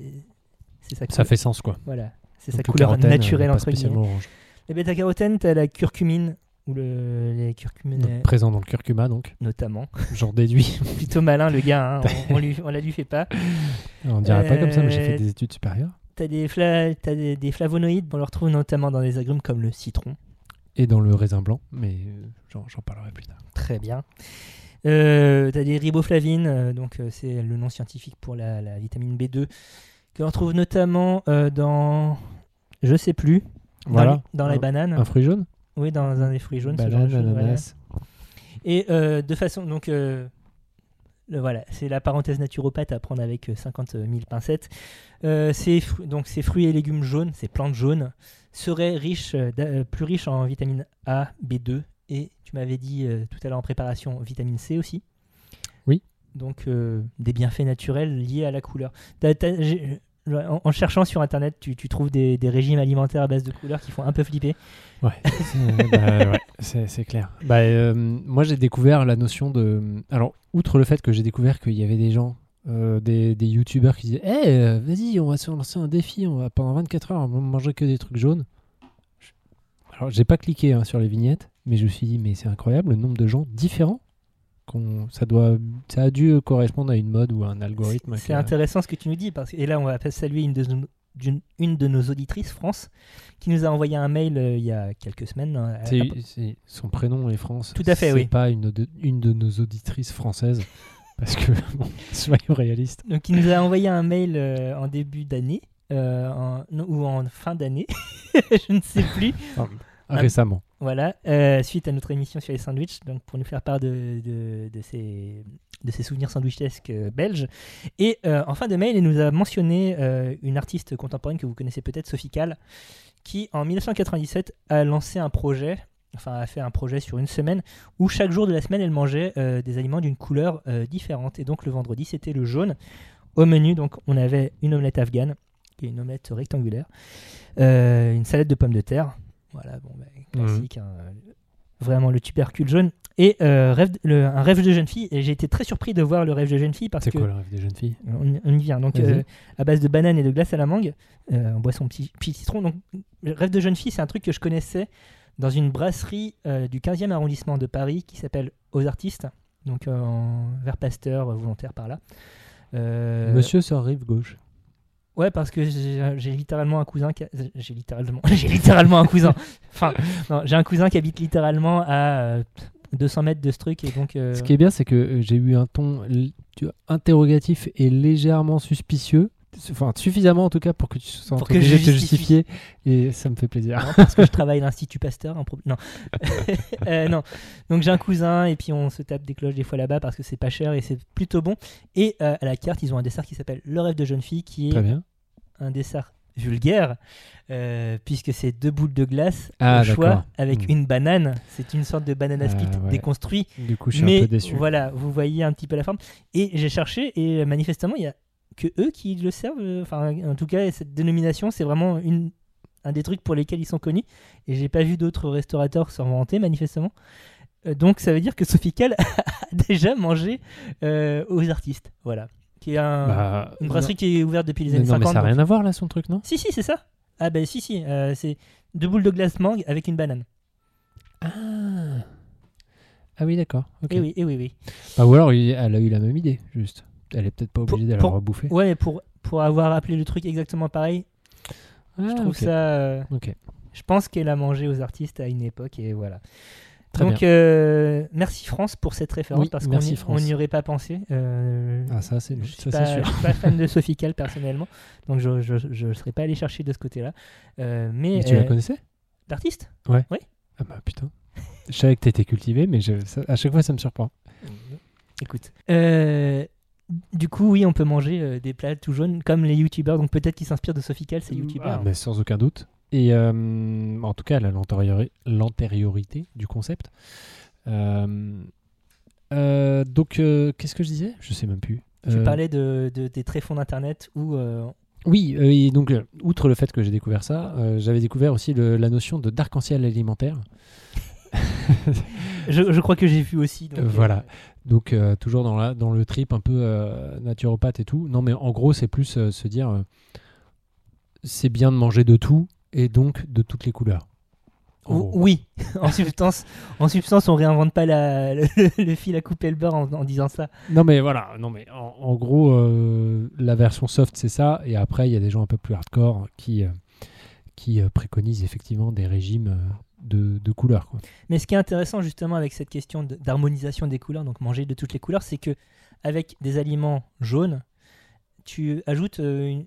Speaker 2: c'est sa
Speaker 1: Ça
Speaker 2: couleur.
Speaker 1: fait sens, quoi.
Speaker 2: Voilà, c'est sa
Speaker 1: Donc, le
Speaker 2: couleur
Speaker 1: carotène, euh,
Speaker 2: naturelle
Speaker 1: pas
Speaker 2: entre
Speaker 1: spécialement
Speaker 2: guillemets.
Speaker 1: orange.
Speaker 2: Les bêta-carotène, t'as la curcumine ou le les curcumines
Speaker 1: Donc,
Speaker 2: euh,
Speaker 1: présent dans le curcuma, donc.
Speaker 2: notamment.
Speaker 1: J'en déduis.
Speaker 2: Plutôt malin le gars, hein, on, on lui, on la lui fait pas.
Speaker 1: On dirait pas comme ça, mais j'ai
Speaker 2: Euh,
Speaker 1: fait des études supérieures.
Speaker 2: T'as des, fla- t'as des, des flavonoïdes, on les retrouve notamment dans des agrumes comme le citron.
Speaker 1: Et dans le raisin blanc, mais euh, j'en j'en parlerai plus tard.
Speaker 2: Très bien. Euh, t'as des riboflavines, euh, donc euh, c'est le nom scientifique pour la, la vitamine B2, que l'on retrouve notamment euh, dans, je sais plus, dans
Speaker 1: Voilà.
Speaker 2: les- dans, les
Speaker 1: Un-
Speaker 2: bananes,
Speaker 1: Un fruit jaune
Speaker 2: oui, dans un des fruits jaunes. ce genre
Speaker 1: Banane,
Speaker 2: de choses, voilà.
Speaker 1: ananas.
Speaker 2: Et euh, de façon, donc euh, le- voilà, c'est la parenthèse naturopathe à prendre avec euh, 50 000 pincettes. Euh, ces, fru- donc ces fruits et légumes jaunes, ces plantes jaunes, seraient riches, euh, d'a- euh, plus riches en vitamine A, B2 et tu m'avais dit euh, tout à l'heure en préparation vitamine C aussi.
Speaker 1: Oui.
Speaker 2: Donc euh, des bienfaits naturels liés à la couleur. T'as- t'as- j'ai- euh, en, en cherchant sur internet, tu, tu trouves des, des régimes alimentaires à base de couleurs qui font un peu flipper.
Speaker 1: Ouais, c'est- bah, ouais, c'est c'est clair. Bah, euh, moi, j'ai découvert la notion de. Alors, outre le fait que j'ai découvert qu'il y avait des gens, euh, des, des youtubeurs qui disaient Eh, euh, vas-y, on va se lancer un défi, on va, pendant 24 heures, on va manger que des trucs jaunes. Je- Alors, j'ai pas cliqué hein, sur les vignettes, mais je me suis dit Mais c'est incroyable le nombre de gens différents. qu'on- Ça, doit, ça a dû correspondre à une mode ou à un algorithme.
Speaker 2: C'est
Speaker 1: qui
Speaker 2: c'est
Speaker 1: a-
Speaker 2: intéressant ce que tu nous dis. Parce, que- et là, on va saluer une de, nos- d'une- une de nos auditrices, France, qui nous a envoyé un mail euh, il y a quelques semaines. euh, à-
Speaker 1: C'est- c'est- son prénom est France.
Speaker 2: Tout à fait,
Speaker 1: C'est
Speaker 2: oui.
Speaker 1: pas une de, une de nos auditrices françaises. Parce que, bon, soyons réalistes.
Speaker 2: donc, il nous a envoyé un mail euh, en début d'année, euh, en- non, ou en fin d'année, je ne sais plus. Ah.
Speaker 1: Récemment.
Speaker 2: Voilà, euh, suite à notre émission sur les sandwichs, donc pour nous faire part de, de, de ses, de ses souvenirs sandwichesques euh, belges. Et euh, en fin de mail, il nous a mentionné euh, une artiste contemporaine que vous connaissez peut-être, Sophie Kahl, qui en 1997 a lancé un projet, enfin a fait un projet sur une semaine, où chaque jour de la semaine, elle mangeait euh, des aliments d'une couleur euh, différente. Et donc le vendredi, c'était le jaune. Au menu, donc, on avait une omelette afghane, qui est une omelette rectangulaire, euh, une salade de pommes de terre, voilà, bon, bah, classique, hein, vraiment le tubercule jaune, et euh, rêve, le- un rêve de jeune fille. Et j'ai été très surpris de voir le rêve de jeune fille parce
Speaker 1: C'est
Speaker 2: que
Speaker 1: quoi le rêve des jeunes filles
Speaker 2: on, y- on y vient. Donc,
Speaker 1: Vas-y.
Speaker 2: euh, à base de bananes et de glace à la mangue, euh, on boit son petit, petit citron. Donc, le rêve de jeune fille, c'est un truc que je connaissais dans une brasserie euh, du 15e arrondissement de Paris qui s'appelle Aux Artistes, donc euh, en- vers Pasteur, euh, volontaire par là. Euh,
Speaker 1: Monsieur sur rive gauche.
Speaker 2: Ouais, parce que j'ai j'ai littéralement un cousin qui. a- J'ai littéralement. J'ai littéralement un cousin. enfin, non, j'ai un cousin qui habite littéralement à euh, 200 mètres de ce truc et donc. euh,
Speaker 1: Ce qui est bien, c'est que euh, j'ai eu un ton l- tu vois, interrogatif et légèrement suspicieux. enfin, suffisamment en tout cas pour que tu sois
Speaker 2: Pour que
Speaker 1: obligé
Speaker 2: je
Speaker 1: de te
Speaker 2: justifie.
Speaker 1: justifier. Et ça me fait plaisir.
Speaker 2: Non, parce que je travaille à l'Institut Pasteur. Un pro- non. Euh, non. Donc j'ai un cousin et puis on se tape des cloches des fois là-bas parce que c'est pas cher et c'est plutôt bon. Et euh, à la carte, ils ont un dessert qui s'appelle Le rêve de jeune fille qui
Speaker 1: Très
Speaker 2: est
Speaker 1: bien.
Speaker 2: un dessert vulgaire euh, puisque c'est deux boules de glace
Speaker 1: Ah,
Speaker 2: au choix
Speaker 1: d'accord.
Speaker 2: avec
Speaker 1: Mm.
Speaker 2: une banane. C'est une sorte de banana
Speaker 1: Ah,
Speaker 2: split
Speaker 1: ouais.
Speaker 2: déconstruit.
Speaker 1: Du coup, je suis
Speaker 2: Mais
Speaker 1: un peu déçu.
Speaker 2: voilà, vous voyez un petit peu la forme. Et j'ai cherché, et euh, manifestement, il y a que eux qui le servent. euh, Enfin, en tout cas, cette dénomination, c'est vraiment une, un des trucs pour lesquels ils sont connus. Et j'ai pas vu d'autres restaurateurs s'en vanter, manifestement. Euh, donc, ça veut dire que Sophie Calle a déjà mangé euh, aux artistes. Voilà. Qui est un-
Speaker 1: Bah,
Speaker 2: une brasserie qui est ouverte depuis les
Speaker 1: Non,
Speaker 2: années
Speaker 1: non, mais ça
Speaker 2: 50.
Speaker 1: n'a
Speaker 2: donc-
Speaker 1: rien à voir là, son truc, non
Speaker 2: Si, si, c'est ça. Ah, ben si, si. euh, c'est deux boules de glace mangue avec une banane.
Speaker 1: Ah. Ah oui, d'accord. ok.
Speaker 2: Eh oui, eh oui, oui.
Speaker 1: Bah, ou alors, il- elle a eu la même idée, juste. Elle est peut-être pas
Speaker 2: Pour-
Speaker 1: obligée d'aller
Speaker 2: pour-
Speaker 1: rebouffer.
Speaker 2: Ouais, mais pour, pour avoir appelé le truc exactement pareil,
Speaker 1: Ah,
Speaker 2: Je trouve
Speaker 1: ok.
Speaker 2: ça. euh,
Speaker 1: Ok.
Speaker 2: Je pense qu'elle a mangé aux artistes à une époque et voilà.
Speaker 1: Très
Speaker 2: Donc euh, merci France pour cette référence
Speaker 1: Oui,
Speaker 2: parce qu'on
Speaker 1: merci
Speaker 2: n'y- on
Speaker 1: France.
Speaker 2: n'y aurait pas pensé. Euh,
Speaker 1: Ah, ça, c'est
Speaker 2: je
Speaker 1: ça,
Speaker 2: suis
Speaker 1: c'est
Speaker 2: pas,
Speaker 1: sûr.
Speaker 2: je suis pas fan de Sophie Calle personnellement, donc je je, je serais pas allé chercher de ce côté-là. Euh, mais
Speaker 1: Mais tu la
Speaker 2: euh,
Speaker 1: connaissais
Speaker 2: l'artiste
Speaker 1: Ah bah putain. Je savais que t'étais cultivé, mais je- ça- à chaque fois, ça me surprend.
Speaker 2: Écoute. Euh, du coup, oui, on peut manger euh, des plats tout jaunes comme les youtubeurs. Donc peut-être qu'ils s'inspirent de Sophie Calle, ces
Speaker 1: Ah,
Speaker 2: youtubeurs.
Speaker 1: mais sans aucun doute. Et euh, en tout cas, elle a l'antériori- l'antériorité du concept. Euh, euh, donc, euh, qu'est-ce que je disais Je sais même plus.
Speaker 2: Tu
Speaker 1: Euh,
Speaker 2: parlais de, de- des tréfonds d'internet où euh,
Speaker 1: Oui, euh, et donc, euh, outre le fait que j'ai découvert ça, euh, j'avais découvert aussi le- la notion de d'arc-en-ciel alimentaire.
Speaker 2: je, je crois que j'ai vu aussi. donc,
Speaker 1: Euh,
Speaker 2: euh,
Speaker 1: voilà. Donc, euh, toujours dans, la, dans le trip un peu euh, naturopathe et tout. Non, mais en gros, c'est plus euh, se dire euh, c'est bien de manger de tout et donc de toutes les couleurs. En
Speaker 2: Ou-
Speaker 1: gros.
Speaker 2: Oui, en substance, en substance, on réinvente pas la- le, le fil à couper le beurre en, en disant ça.
Speaker 1: Non, mais voilà. Non, mais en, en gros, euh, la version soft, c'est ça. Et après, il y a des gens un peu plus hardcore qui, euh, qui euh, préconisent effectivement des régimes euh, de, de couleurs. quoi.
Speaker 2: Mais ce qui est intéressant justement avec cette question de- d'harmonisation des couleurs, donc manger de toutes les couleurs, c'est que avec des aliments jaunes, tu ajoutes euh, une,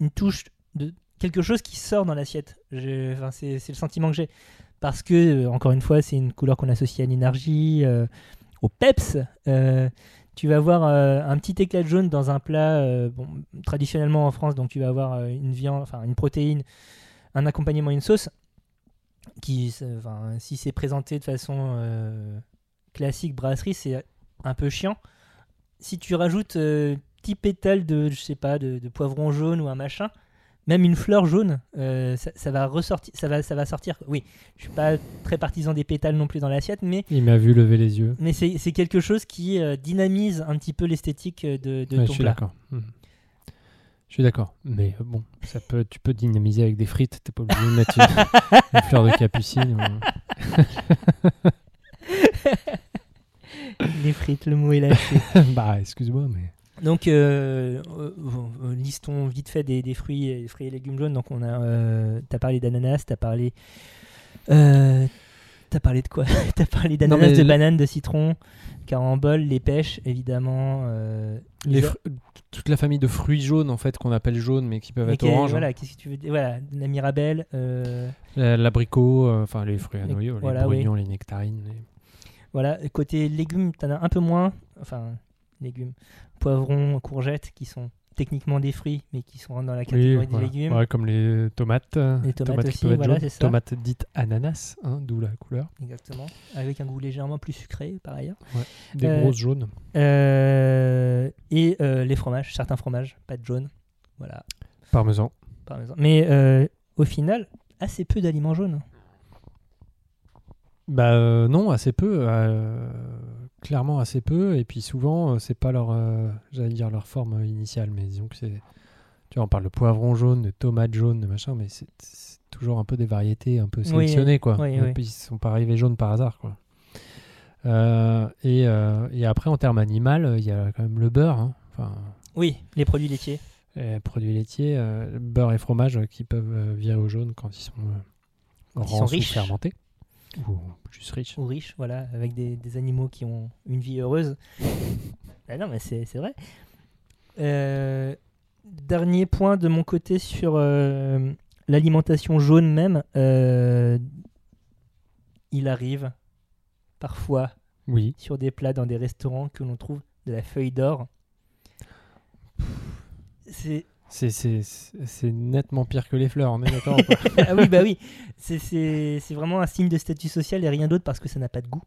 Speaker 2: une touche de quelque chose qui sort dans l'assiette. Je- enfin, c'est c'est le sentiment que j'ai parce que euh, encore une fois, c'est une couleur qu'on associe à l'énergie, euh, au peps. Euh, tu vas avoir euh, un petit éclat de jaune dans un plat euh, bon, traditionnellement en France, donc tu vas avoir euh, une viande, enfin une protéine, un accompagnement, une sauce qui, c'est- enfin, si c'est présenté de façon euh, classique brasserie, c'est un peu chiant. Si tu rajoutes euh, petit pétale de, je sais pas, de, de poivron jaune ou un machin, même une fleur jaune, euh, ça, ça va ressortir, ça va, ça va sortir. Oui, je suis pas très partisan des pétales non plus dans l'assiette, mais
Speaker 1: Il m'a vu lever les yeux.
Speaker 2: mais c'est c'est quelque chose qui euh, dynamise un petit peu l'esthétique euh, de, de
Speaker 1: Ouais, je
Speaker 2: ton
Speaker 1: suis
Speaker 2: plat.
Speaker 1: d'accord. Mhm. Je suis d'accord. Mais euh, bon, ça peut, tu peux dynamiser avec des frites. T'es pas obligé de mettre une, une fleur de capucine. ou-
Speaker 2: Les frites, le mot est lâché.
Speaker 1: bah, excuse-moi, mais.
Speaker 2: Donc, euh, euh, euh, listons vite fait des, des fruits, et- fruits et légumes jaunes. Donc, on a, euh, t'as parlé d'ananas, t'as parlé, euh, t'as parlé de quoi T'as parlé d'ananas,
Speaker 1: mais
Speaker 2: de
Speaker 1: le-
Speaker 2: banane, de citron, carambole, les pêches, évidemment. euh,
Speaker 1: Les
Speaker 2: les-
Speaker 1: fr- Toute la famille de fruits jaunes, en fait, qu'on appelle jaunes, mais qui peuvent
Speaker 2: mais
Speaker 1: être
Speaker 2: qu'est-
Speaker 1: oranges. hein.
Speaker 2: Voilà, qu'est-ce que tu veux dire Voilà, la mirabelle. euh,
Speaker 1: Euh, L'abricot, euh, enfin, les fruits à
Speaker 2: Et-
Speaker 1: noyaux, les
Speaker 2: voilà,
Speaker 1: brugnons, les nectarines. les-
Speaker 2: Voilà, côté légumes, t'en as un peu moins. Enfin, légumes. Poivrons, courgettes, qui sont techniquement des fruits, mais qui sont dans la catégorie
Speaker 1: Oui,
Speaker 2: des
Speaker 1: voilà.
Speaker 2: légumes.
Speaker 1: Ouais, comme les tomates. euh,
Speaker 2: Les tomates
Speaker 1: qui
Speaker 2: aussi,
Speaker 1: peuvent être
Speaker 2: voilà,
Speaker 1: jaunes.
Speaker 2: c'est ça.
Speaker 1: Tomates dites ananas, hein, d'où la couleur.
Speaker 2: Exactement. Avec un goût légèrement plus sucré, par ailleurs.
Speaker 1: Des
Speaker 2: Euh,
Speaker 1: grosses jaunes.
Speaker 2: Euh, et euh, les fromages, certains fromages, pas de jaune. Voilà,
Speaker 1: Parmesan.
Speaker 2: par exemple. Mais euh, au final, assez peu d'aliments jaunes.
Speaker 1: Bah euh, non, assez peu, euh, clairement assez peu, et puis souvent euh, c'est pas leur, euh, j'allais dire leur forme euh, initiale, mais disons que c'est, tu vois, on parle de poivron jaune, de tomate jaune, de machin, mais c'est c'est toujours un peu des variétés un peu sélectionnées quoi.
Speaker 2: oui,
Speaker 1: Et
Speaker 2: oui.
Speaker 1: puis, Ils sont pas arrivés jaunes par hasard quoi. Euh, et, euh, et après en termes animal, euh, il y a quand même le beurre, hein. enfin
Speaker 2: Oui, les produits laitiers.
Speaker 1: les produits laitiers, euh, beurre et fromage euh, qui peuvent euh, virer au jaune quand ils sont euh,
Speaker 2: Quand ils sont
Speaker 1: rances ou
Speaker 2: riches.
Speaker 1: fermentés ou juste riches.
Speaker 2: ou riches, voilà, avec des, des animaux qui Bah ont une vie heureuse. Ah non, mais c'est c'est vrai. Euh, dernier point de mon côté sur euh, l'alimentation jaune même. euh, il arrive parfois
Speaker 1: Oui.
Speaker 2: sur des plats dans des restaurants que l'on trouve de la feuille d'or. C'est
Speaker 1: C'est- C'est c'est nettement pire que les fleurs, on est d'accord ou pas
Speaker 2: ah oui bah oui, c'est c'est- c'est vraiment un signe de statut social et rien d'autre parce que ça n'a pas de goût.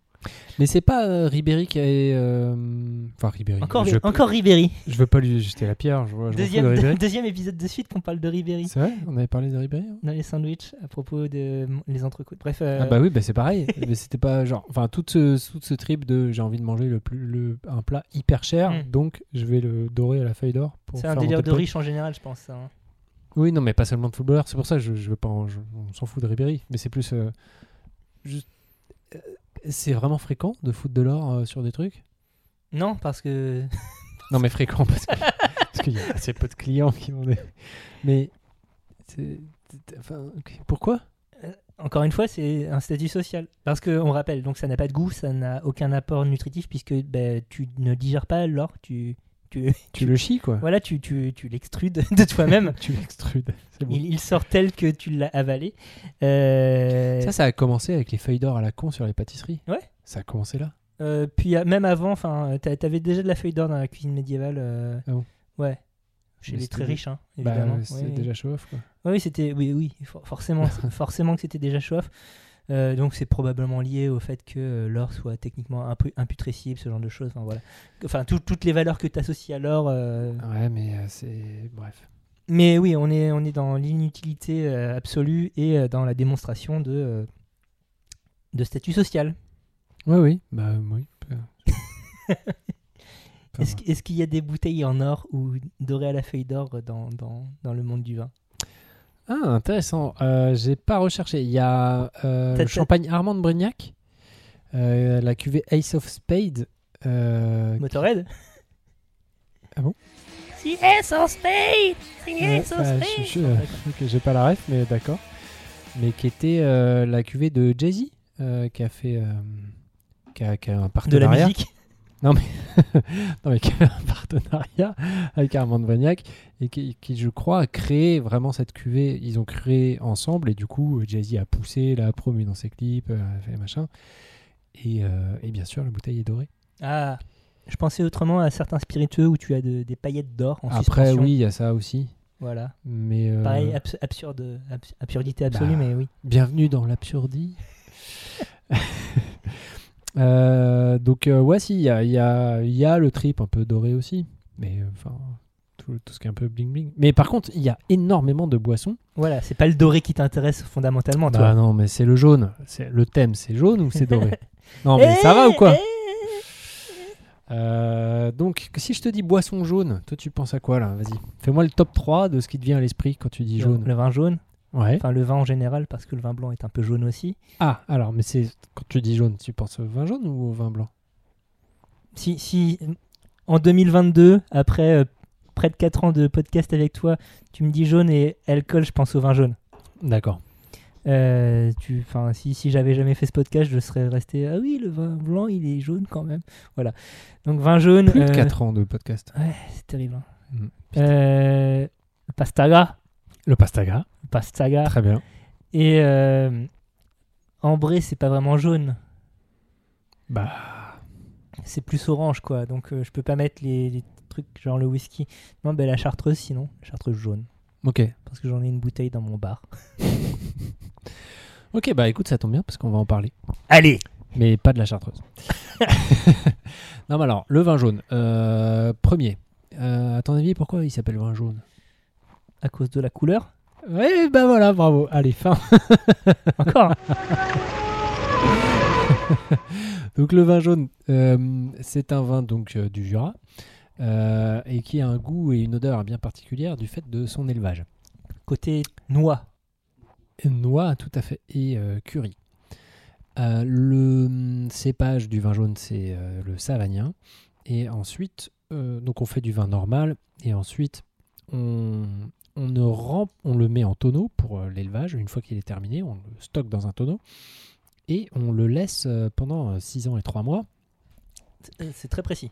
Speaker 1: Mais c'est pas euh, Ribéry qui est. euh, Enfin, Ribéry.
Speaker 2: Encore
Speaker 1: je,
Speaker 2: encore Ribéry.
Speaker 1: je veux pas lui jeter la pierre, je vois. je m'en fous de
Speaker 2: Deuxième,
Speaker 1: Ribéry.
Speaker 2: deuxième épisode de suite qu'on parle de Ribéry
Speaker 1: C'est vrai On avait parlé de Ribéry hein
Speaker 2: dans les sandwichs à propos de mm, les entrecôtes. Bref, euh,
Speaker 1: Ah bah oui, bah c'est pareil. mais c'était pas genre, enfin tout ce, tout ce trip de j'ai envie de manger le plus, le, un plat hyper cher,
Speaker 2: Mm.
Speaker 1: donc je vais le dorer à la feuille d'or. pour
Speaker 2: c'est un
Speaker 1: faire
Speaker 2: délire
Speaker 1: monter
Speaker 2: de
Speaker 1: le prix.
Speaker 2: riche en général, je pense. ça, hein.
Speaker 1: Oui, non, mais pas seulement de footballeur. C'est pour ça, je, je veux pas, en- je- on s'en fout de Ribéry, mais c'est plus euh, juste. euh, C'est vraiment fréquent de foutre de l'or euh, sur des trucs
Speaker 2: Non, parce que
Speaker 1: Non, mais fréquent parce que- parce qu'il y a assez peu de clients qui m'en est. Mais c'est- c'est- enfin, ok, pourquoi
Speaker 2: Encore une fois, c'est un statut social. Parce qu'on rappelle, donc ça n'a pas de goût, ça n'a aucun apport nutritif, puisque ben, tu ne digères pas l'or, tu, tu,
Speaker 1: Tu le chies quoi
Speaker 2: voilà, tu, tu, tu l'extrudes de toi-même.
Speaker 1: Tu l'extrudes. C'est bon.
Speaker 2: il, il sort tel que tu l'as avalé. Euh,
Speaker 1: Ça, ça a commencé avec les feuilles d'or à la con sur les pâtisseries.
Speaker 2: Ouais.
Speaker 1: Ça a commencé là.
Speaker 2: euh, puis euh, même avant, enfin, t'a- t'avais déjà de la feuille d'or dans la cuisine médiévale. euh,
Speaker 1: Ah bon
Speaker 2: Ouais. Chez
Speaker 1: Mais
Speaker 2: les
Speaker 1: c'était
Speaker 2: très
Speaker 1: dé-
Speaker 2: riches, hein,
Speaker 1: Bah,
Speaker 2: évidemment.
Speaker 1: c'est
Speaker 2: Ouais, ouais.
Speaker 1: déjà show off quoi.
Speaker 2: Oui, c'était oui, oui, for- forcément, c'est- forcément que c'était déjà chauffe. donc c'est probablement lié au fait que euh, l'or soit techniquement impu- imputrescible, ce genre de choses. Enfin, voilà. enfin tout- toutes les valeurs que tu associes à l'or. euh,
Speaker 1: Ouais, mais euh, c'est. Bref.
Speaker 2: Mais oui, on est, on est dans l'inutilité euh, absolue et euh, dans la démonstration de, euh, de statut social.
Speaker 1: Ouais, oui. Bah, oui. Euh, Enfin,
Speaker 2: Est-ce qu- est-ce qu'il y a des bouteilles en or ou dorées à la feuille d'or dans, dans, dans le monde du vin
Speaker 1: Ah, intéressant. Euh, J'ai pas recherché. Il y a euh,
Speaker 2: T'as-
Speaker 1: le
Speaker 2: t'as-
Speaker 1: champagne Armand de Brignac, euh, la cuvée Ace of Spades. euh,
Speaker 2: Motorhead
Speaker 1: Ah bon
Speaker 2: Si, S en state
Speaker 1: Ouais, bah, je- je- euh, ok, J'ai pas la ref, mais d'accord. Mais qui était euh, la cuvée de Jay-Z, euh, qui a fait. euh, qui, a, qui a un
Speaker 2: De la
Speaker 1: partenariat.
Speaker 2: musique
Speaker 1: non, mais qui avait un partenariat avec Armand de Vagnac et qui, qui, je crois, a créé vraiment cette cuvée. Ils ont créé ensemble et du coup, Jay-Z a poussé, l'a promu dans ses clips, euh, a fait machin. Et, euh, et bien sûr, la bouteille est dorée.
Speaker 2: Ah, je pensais autrement à certains spiritueux où tu as de- des paillettes d'or en
Speaker 1: Après,
Speaker 2: suspension.
Speaker 1: oui, il y a ça aussi.
Speaker 2: Voilà.
Speaker 1: Mais euh,
Speaker 2: Pareil, abs- absurde, abs- absurdité absolue,
Speaker 1: Bah.
Speaker 2: mais oui.
Speaker 1: bienvenue dans l'absurdie. Euh, donc, euh, ouais, si, il y a, il y a- il y a le trip un peu doré aussi. Mais euh, enfin, tout, tout ce qui est un peu bling-bling. Mais par contre, il y a énormément de boissons.
Speaker 2: Voilà, c'est pas le doré qui t'intéresse fondamentalement,
Speaker 1: Bah
Speaker 2: toi.
Speaker 1: non, mais c'est le jaune. C'est le thème, c'est jaune ou c'est doré Non, mais ça va ou quoi Eh, Euh, Donc, que- si je te dis boisson jaune, toi tu penses à quoi là Vas-y, fais-moi le top 3 de ce qui te vient à l'esprit quand tu dis jaune.
Speaker 2: Le vin jaune,
Speaker 1: Ouais.
Speaker 2: enfin le vin en général, parce que le vin blanc est un peu jaune aussi.
Speaker 1: Ah, alors, mais c'est quand tu dis jaune, tu penses au vin jaune ou au vin blanc
Speaker 2: Si, si en 2022, après euh, près de 4 ans de podcast avec toi, tu me dis jaune et alcool, je pense au vin jaune.
Speaker 1: D'accord.
Speaker 2: Euh, tu, 'fin, si si j'avais jamais fait ce podcast, je serais resté. Ah oui, le vin blanc, il est jaune quand même. Voilà. Donc vin jaune.
Speaker 1: Plus de
Speaker 2: euh,
Speaker 1: 4 ans de podcast.
Speaker 2: Ouais, c'est terrible. hein.
Speaker 1: Mm,
Speaker 2: Euh, le pastaga.
Speaker 1: Le pastaga.
Speaker 2: le Pastaga.
Speaker 1: Très bien.
Speaker 2: Et euh, ambré, c'est pas vraiment jaune.
Speaker 1: Bah,
Speaker 2: C'est plus orange, quoi. Donc euh, je peux pas mettre les, les trucs genre le whisky. Non, ben la chartreuse, sinon. La chartreuse jaune.
Speaker 1: ok.
Speaker 2: Parce que j'en ai une bouteille dans mon bar.
Speaker 1: Ok, bah écoute, ça tombe bien parce qu'on va en parler.
Speaker 2: Allez
Speaker 1: Mais pas de la chartreuse. non, mais alors, le vin jaune. Euh, premier. Euh, à ton avis, pourquoi il s'appelle vin jaune
Speaker 2: À cause de la couleur
Speaker 1: Ouais, bah voilà, bravo. Allez, fin.
Speaker 2: Encore hein.
Speaker 1: Donc le vin jaune, euh, c'est un vin donc euh, du Jura euh, et qui a un goût et une odeur bien particulière du fait de son élevage.
Speaker 2: Côté noix.
Speaker 1: Noix, tout à fait, et euh, curry. Euh, le hum, cépage du vin jaune, c'est euh, le savagnin. Et ensuite, euh, donc on fait du vin normal et ensuite on, on, ne rem- on le met en tonneau pour euh, l'élevage. Une fois qu'il est terminé, on le stocke dans un tonneau et on le laisse euh, pendant 6 ans et 3 mois euh,
Speaker 2: C'est- C'est très précis.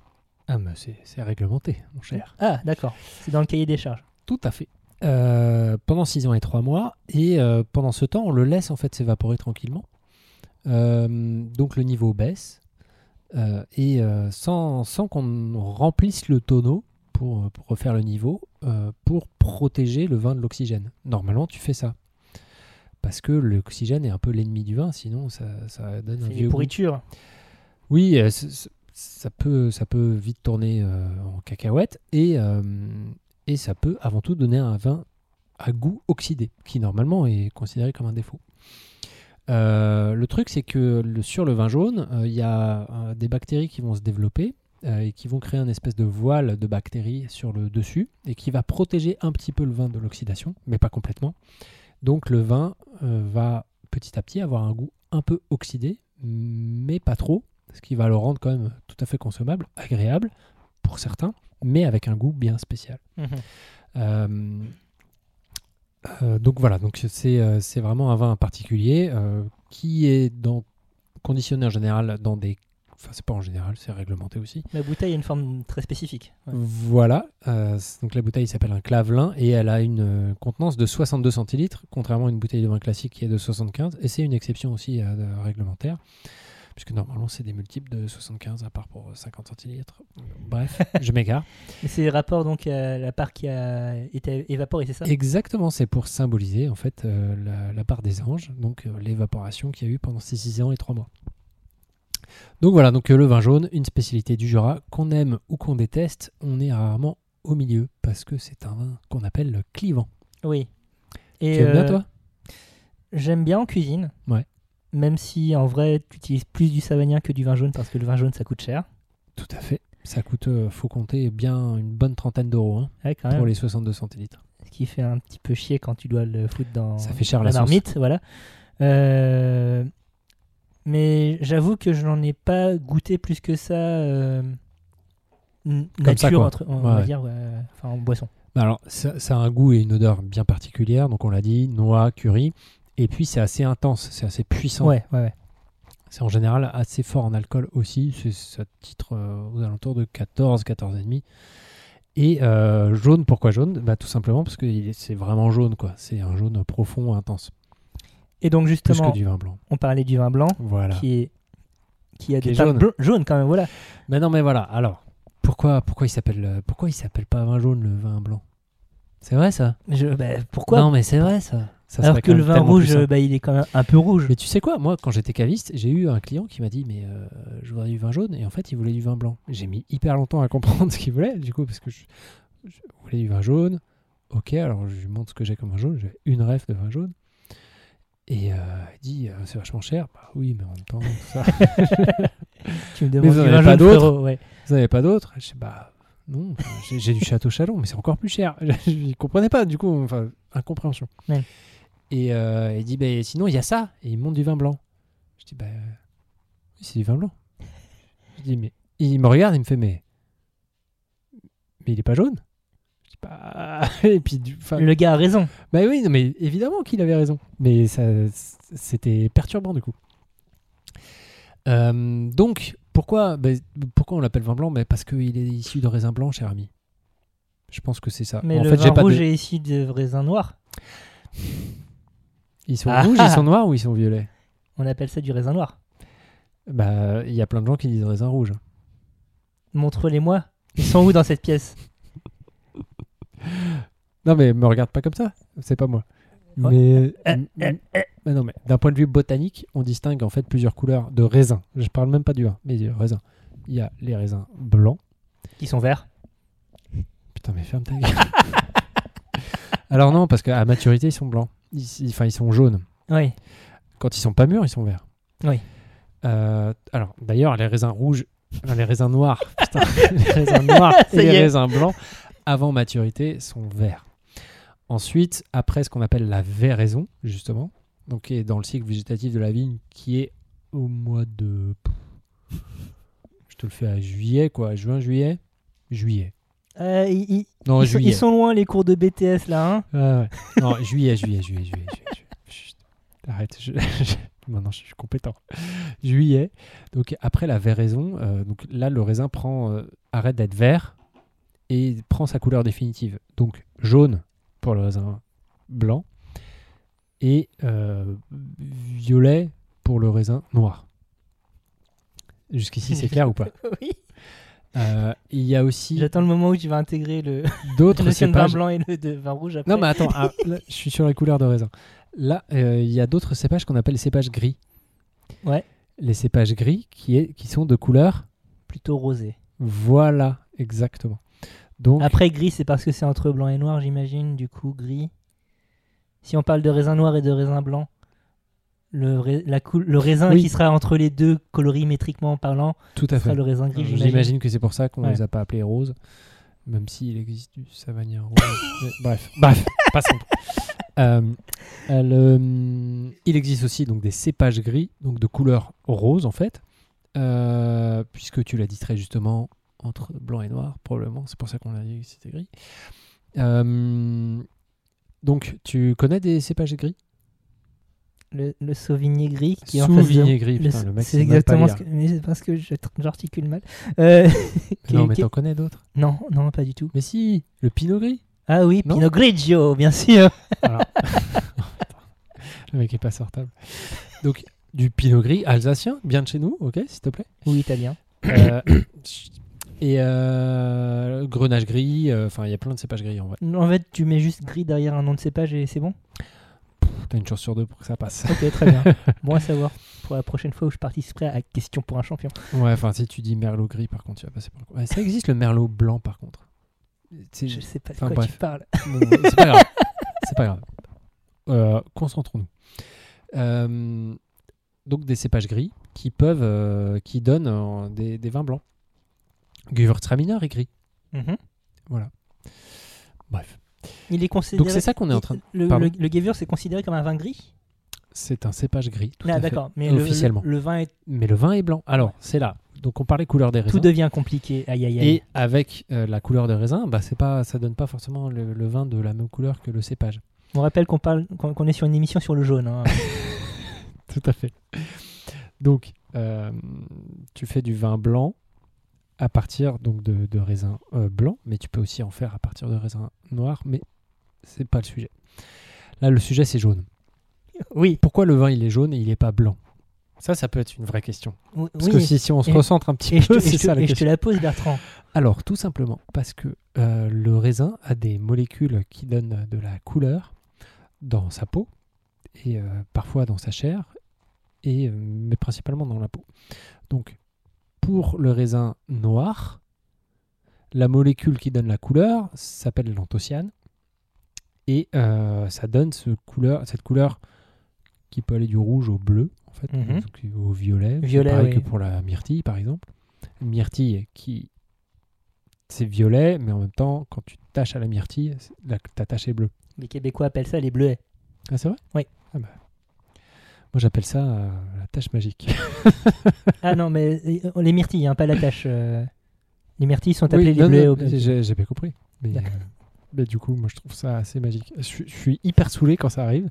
Speaker 1: Ah, mais c'est c'est réglementé, mon cher.
Speaker 2: Ah, d'accord. C'est dans le cahier des charges.
Speaker 1: Tout à fait. Euh, pendant 6 ans et 3 mois. Et euh, pendant ce temps, on le laisse en fait s'évaporer tranquillement. Euh, donc le niveau baisse. Euh, et euh, sans, sans qu'on remplisse le tonneau pour, pour refaire le niveau, euh, pour protéger le vin de l'oxygène. Normalement, tu fais ça. Parce que l'oxygène est un peu l'ennemi du vin, sinon ça, ça donne un
Speaker 2: C'est des
Speaker 1: vieux goût.
Speaker 2: pourritures.
Speaker 1: Oui, euh, c- c- ça peut, ça peut vite tourner euh, en cacahuète et, euh, et ça peut avant tout donner un vin à goût oxydé, qui normalement est considéré comme un défaut. Euh, le truc, c'est que le- sur le vin jaune, euh, il y a euh, des bactéries qui vont se développer euh, et qui vont créer un espèce de voile de bactéries sur le dessus et qui va protéger un petit peu le vin de l'oxydation, mais pas complètement. Donc le vin euh, va petit à petit avoir un goût un peu oxydé, mais pas trop, ce qui va le rendre quand même tout à fait consommable, agréable pour certains, mais avec un goût bien spécial.
Speaker 2: Mhm.
Speaker 1: Euh, euh, donc voilà, donc c'est euh, c'est vraiment un vin particulier euh, qui est dans, conditionné en général dans des... Enfin, c'est pas en général, c'est réglementé aussi.
Speaker 2: La bouteille a une forme très spécifique. Ouais.
Speaker 1: Voilà, euh, c- donc la bouteille s'appelle un clavelin et elle a une euh, contenance de 62 centilitres, contrairement à une bouteille de vin classique qui est de 75, et c'est une exception aussi euh, de- réglementaire, puisque normalement c'est des multiples de 75 à part pour euh, 50 centilitres. Bref, je m'égare.
Speaker 2: Et C'est rapport donc à la part qui a été évaporée, c'est ça
Speaker 1: Exactement, c'est pour symboliser en fait euh, la, la part des anges, donc euh, l'évaporation qu'il y a eu pendant ces 6 ans et 3 mois. Donc voilà, donc euh, le vin jaune, une spécialité du Jura, qu'on aime ou qu'on déteste, on est rarement au milieu parce que c'est un vin qu'on appelle le clivant.
Speaker 2: Oui.
Speaker 1: Tu
Speaker 2: Et
Speaker 1: aimes bien
Speaker 2: euh,
Speaker 1: toi
Speaker 2: J'aime bien en cuisine.
Speaker 1: Ouais.
Speaker 2: Même si en vrai, tu utilises plus du savagnin que du vin jaune parce que le vin jaune ça coûte cher.
Speaker 1: Tout à fait. Ça coûte, euh, faut compter bien une bonne trentaine d'euros hein,
Speaker 2: Ah Ouais, quand
Speaker 1: pour
Speaker 2: même.
Speaker 1: les 62 centilitres.
Speaker 2: Ce qui fait un petit peu chier quand tu dois le foutre dans
Speaker 1: Ça fait cher
Speaker 2: la,
Speaker 1: la sauce.
Speaker 2: Oh. marmite. Voilà. Euh, Mais j'avoue que je n'en ai pas goûté plus que ça. euh, n-
Speaker 1: Comme ça,
Speaker 2: nature,
Speaker 1: quoi.
Speaker 2: entre- on
Speaker 1: Ouais,
Speaker 2: va
Speaker 1: ouais.
Speaker 2: dire, ouais, enfin en boisson.
Speaker 1: Bah Alors, ça, ça a un goût et une odeur bien particulière. Donc, on l'a dit, noix, curry. Et puis, c'est assez intense, c'est assez puissant.
Speaker 2: Ouais, ouais, ouais.
Speaker 1: C'est en général assez fort en alcool aussi. C'est- Ça titre euh, aux alentours de 14, 14,5. Et euh, jaune, pourquoi jaune bah, Tout simplement parce que il est- c'est vraiment jaune, quoi. C'est un jaune profond, intense.
Speaker 2: Et donc
Speaker 1: Plus
Speaker 2: justement,
Speaker 1: que du vin blanc.
Speaker 2: on parlait du vin blanc
Speaker 1: Voilà.
Speaker 2: qui est qui a
Speaker 1: Qui
Speaker 2: des
Speaker 1: est
Speaker 2: teintes
Speaker 1: jaune.
Speaker 2: blan- jaunes quand même. Voilà.
Speaker 1: Mais non, mais voilà. Alors, pourquoi, pourquoi il s'appelle, euh, pourquoi il s'appelle pas vin jaune le vin blanc C'est vrai ça
Speaker 2: Je- bah, pourquoi
Speaker 1: Non, mais c'est vrai ça. Ça
Speaker 2: Alors
Speaker 1: serait
Speaker 2: que
Speaker 1: quand
Speaker 2: le
Speaker 1: même
Speaker 2: vin
Speaker 1: tellement
Speaker 2: rouge,
Speaker 1: plus simple.
Speaker 2: bah, il est quand même un peu rouge.
Speaker 1: Mais tu sais quoi Moi, quand j'étais caviste, j'ai eu un client qui m'a dit mais euh, je voudrais du vin jaune et en fait il voulait du vin blanc. J'ai mis hyper longtemps à comprendre ce qu'il voulait du coup parce que je, je voulais du vin jaune. Ok, alors je lui montre ce que j'ai comme vin jaune. J'ai une ref de vin jaune. Et euh, il dit euh, c'est vachement cher. Bah oui, mais en même temps tout ça.
Speaker 2: Tu me demandes
Speaker 1: vous en
Speaker 2: du
Speaker 1: avez
Speaker 2: vin
Speaker 1: pas
Speaker 2: jaune,
Speaker 1: d'autres
Speaker 2: frérot, ouais.
Speaker 1: Vous n'avez pas d'autres Je sais, bah non, enfin, j'ai j'ai du Château Chalon, mais c'est encore plus cher. Je ne comprenais pas, du coup, enfin, incompréhension.
Speaker 2: Ouais.
Speaker 1: Et euh, il dit, bah, sinon, il y a ça, et il monte du vin blanc. Je dis, bah, euh, oui, c'est du vin blanc. Je dis, mais il me regarde, il me fait, mais, mais il est pas jaune Je dis, bah, et puis, du, enfin,
Speaker 2: Le gars a raison.
Speaker 1: bah oui, non, mais évidemment qu'il avait raison. Mais ça, c'était perturbant du coup. Euh, donc, pourquoi, bah, pourquoi on l'appelle vin blanc bah, Parce qu'il est issu de raisin blanc, cher ami. Je pense que c'est ça.
Speaker 2: Mais
Speaker 1: en
Speaker 2: le
Speaker 1: fait, j'ai
Speaker 2: vin
Speaker 1: pas
Speaker 2: rouge
Speaker 1: de...
Speaker 2: est ici de raisin noir.
Speaker 1: Ils sont
Speaker 2: Ah
Speaker 1: rouges,
Speaker 2: ah
Speaker 1: ils sont noirs ou ils sont violets
Speaker 2: On appelle ça du raisin noir.
Speaker 1: Bah, il y a plein de gens qui disent raisin rouge.
Speaker 2: Montre-les-moi. Ils sont où dans cette pièce
Speaker 1: Non, mais me regarde pas comme ça. C'est pas moi.
Speaker 2: Ouais.
Speaker 1: Mais,
Speaker 2: Euh,
Speaker 1: m-
Speaker 2: euh,
Speaker 1: m- bah non, mais d'un point de vue botanique, on distingue en fait plusieurs couleurs de raisins. Je parle même pas du vin, mais du raisin. Il y a les raisins blancs.
Speaker 2: Qui sont verts.
Speaker 1: Putain, mais ferme ta gueule. Alors non, parce qu'à maturité, ils sont blancs. Ils- ils- Enfin, ils, sont jaunes.
Speaker 2: Oui.
Speaker 1: Quand ils sont pas mûrs, ils sont verts.
Speaker 2: Oui.
Speaker 1: Euh, alors, d'ailleurs, les raisins rouges, euh, les raisins noirs, putain, les raisins noirs et
Speaker 2: Ça y
Speaker 1: les
Speaker 2: est.
Speaker 1: raisins blancs, avant maturité, sont verts. Ensuite, après ce qu'on appelle la véraison, justement, donc qui est dans le cycle végétatif de la vigne, qui est au mois de... Je te le fais à juillet, quoi. Juin, juillet Juillet.
Speaker 2: Euh, ils, ils-
Speaker 1: Non,
Speaker 2: ils sont,
Speaker 1: juillet.
Speaker 2: ils sont loin les cours de BTS là. Hein
Speaker 1: Ouais, ouais. Non, juillet, juillet, juillet, juillet, juillet, juillet. Chut. Arrête, je- je- maintenant je suis compétent. Juillet, donc après la véraison, euh, donc là le raisin prend, euh, arrête d'être vert et prend sa couleur définitive. Donc jaune pour le raisin blanc et euh, violet pour le raisin noir. Jusqu'ici, c'est clair ou pas
Speaker 2: Oui.
Speaker 1: Euh, Il y a aussi
Speaker 2: J'attends le moment où tu vas intégrer le,
Speaker 1: d'autres
Speaker 2: le vin
Speaker 1: cépages.
Speaker 2: blanc et le de vin rouge après.
Speaker 1: Non, mais attends, ah, là, je suis sur la couleur de raisin. Là, euh, il y a d'autres cépages qu'on appelle les cépages gris.
Speaker 2: Ouais.
Speaker 1: Les cépages gris qui, est, qui sont de couleur.
Speaker 2: Plutôt rosé.
Speaker 1: Voilà, exactement. Donc,
Speaker 2: Après, gris, c'est parce que c'est entre blanc et noir, j'imagine. Du coup, gris. Si on parle de raisin noir et de raisin blanc, le, rai- la cou- le raisin
Speaker 1: Oui.
Speaker 2: qui sera entre les deux, colorimétriquement parlant,
Speaker 1: tout à
Speaker 2: sera
Speaker 1: fait. Euh,
Speaker 2: le raisin gris, Mmh, j'imagine.
Speaker 1: J'imagine que c'est pour ça qu'on
Speaker 2: Ouais.
Speaker 1: les a pas appelés roses, même s'il existe du savagnin rose. Mais bref, bref, passons. Euh, euh, le- il existe aussi donc des cépages gris, donc de couleur rose en fait, euh, puisque tu l'as dit très justement entre blanc et noir probablement. C'est pour ça qu'on l'a dit que c'était gris. Euh, donc tu connais des cépages gris
Speaker 2: Le, le sauvigné gris qui est en face de-
Speaker 1: Sauvigné gris,
Speaker 2: le
Speaker 1: putain,
Speaker 2: sau-
Speaker 1: le mec
Speaker 2: c'est
Speaker 1: sait même pas
Speaker 2: exactement
Speaker 1: lire.
Speaker 2: ce que, mais c'est parce que je- j'articule mal. Euh, qui-
Speaker 1: Non mais
Speaker 2: qui-
Speaker 1: t'en connais d'autres.
Speaker 2: non, non, pas du tout.
Speaker 1: Mais si, le pinot gris.
Speaker 2: Ah oui,
Speaker 1: Non
Speaker 2: Pinot Grigio, bien sûr.
Speaker 1: Voilà. le mec est pas sortable. Donc, du pinot gris alsacien, bien de chez nous, ok, s'il te plaît.
Speaker 2: Ou italien.
Speaker 1: Euh, et euh, grenache gris, euh, enfin, il y a plein de cépages gris en vrai.
Speaker 2: En fait, tu mets juste gris derrière un nom de cépage et c'est bon.
Speaker 1: T'as une chance sur deux pour que ça passe.
Speaker 2: Ok, très bien. Bon à savoir pour la prochaine fois où je participerai à Question pour un champion.
Speaker 1: Ouais, enfin, si tu dis merlot gris, par contre, tu vas passer par le coup. Ouais, ça existe le merlot blanc, par contre. C'est
Speaker 2: Je sais pas de
Speaker 1: Enfin,
Speaker 2: quoi
Speaker 1: bref.
Speaker 2: tu parles.
Speaker 1: Non, non, c'est pas grave. C'est pas grave. Euh, Concentrons-nous. Euh, donc des cépages gris qui peuvent, euh, qui donnent euh, des, des vins blancs. Gewürztraminer est gris. Bref.
Speaker 2: Mhm. Il est considéré.
Speaker 1: Donc c'est ça qu'on est en train. de-
Speaker 2: Le,
Speaker 1: Pardon
Speaker 2: le, le Gewürz est considéré comme un vin gris.
Speaker 1: C'est un cépage gris. Tout à
Speaker 2: ah
Speaker 1: fait.
Speaker 2: d'accord, mais le,
Speaker 1: Officiellement.
Speaker 2: le, le vin est,
Speaker 1: Mais le vin est blanc. Alors c'est là. Donc on parlait couleur des
Speaker 2: tout
Speaker 1: raisins.
Speaker 2: devient compliqué. Aïe aïe aïe.
Speaker 1: Et avec euh, la couleur des raisins, bah c'est pas, ça donne pas forcément le, le vin de la même couleur que le cépage.
Speaker 2: On rappelle qu'on parle qu'on qu'on est sur une émission sur le jaune. hein.
Speaker 1: Tout à fait. Donc, euh, tu fais du vin blanc à partir donc de, de raisins euh, blancs, mais tu peux aussi en faire à partir de raisins noirs, mais c'est pas le sujet. Là, le sujet, c'est jaune.
Speaker 2: oui.
Speaker 1: Pourquoi le vin, il est jaune et il n'est pas blanc Ça, ça peut être une vraie question.
Speaker 2: oui.
Speaker 1: Parce que si, si on se
Speaker 2: et-
Speaker 1: recentre un petit
Speaker 2: et je te-
Speaker 1: peu,
Speaker 2: et je
Speaker 1: c'est
Speaker 2: te-
Speaker 1: ça la
Speaker 2: et je te
Speaker 1: question.
Speaker 2: la pose Bertrand.
Speaker 1: Alors, tout simplement parce que euh, le raisin a des molécules qui donnent de la couleur dans sa peau et euh, parfois dans sa chair, et, euh, mais principalement dans la peau. Donc, pour le raisin noir, la molécule qui donne la couleur s'appelle l'anthocyane et euh, ça donne ce couleur, cette couleur qui peut aller du rouge au bleu, en fait,
Speaker 2: Mhm.
Speaker 1: donc au violet. c'est
Speaker 2: Violet,
Speaker 1: pareil
Speaker 2: oui.
Speaker 1: que pour la myrtille, par exemple. Myrtille qui c'est violet, mais en même temps, quand tu taches à la myrtille, c'est- la, ta tache est bleue.
Speaker 2: Les Québécois appellent ça les bleuets.
Speaker 1: Ah, c'est vrai
Speaker 2: Oui.
Speaker 1: Ah bah. Moi, j'appelle ça euh, la tache magique.
Speaker 2: Ah non, mais euh, les myrtilles, hein, pas la tâche. euh. Les myrtilles sont appelées
Speaker 1: Oui,
Speaker 2: les
Speaker 1: non,
Speaker 2: bleuets
Speaker 1: non,
Speaker 2: au Québec.
Speaker 1: j'ai, j'ai bien compris. Mais,
Speaker 2: D'accord.
Speaker 1: euh, mais du coup, moi, je trouve ça assez magique. Je, suis- je suis hyper saoulé quand ça arrive,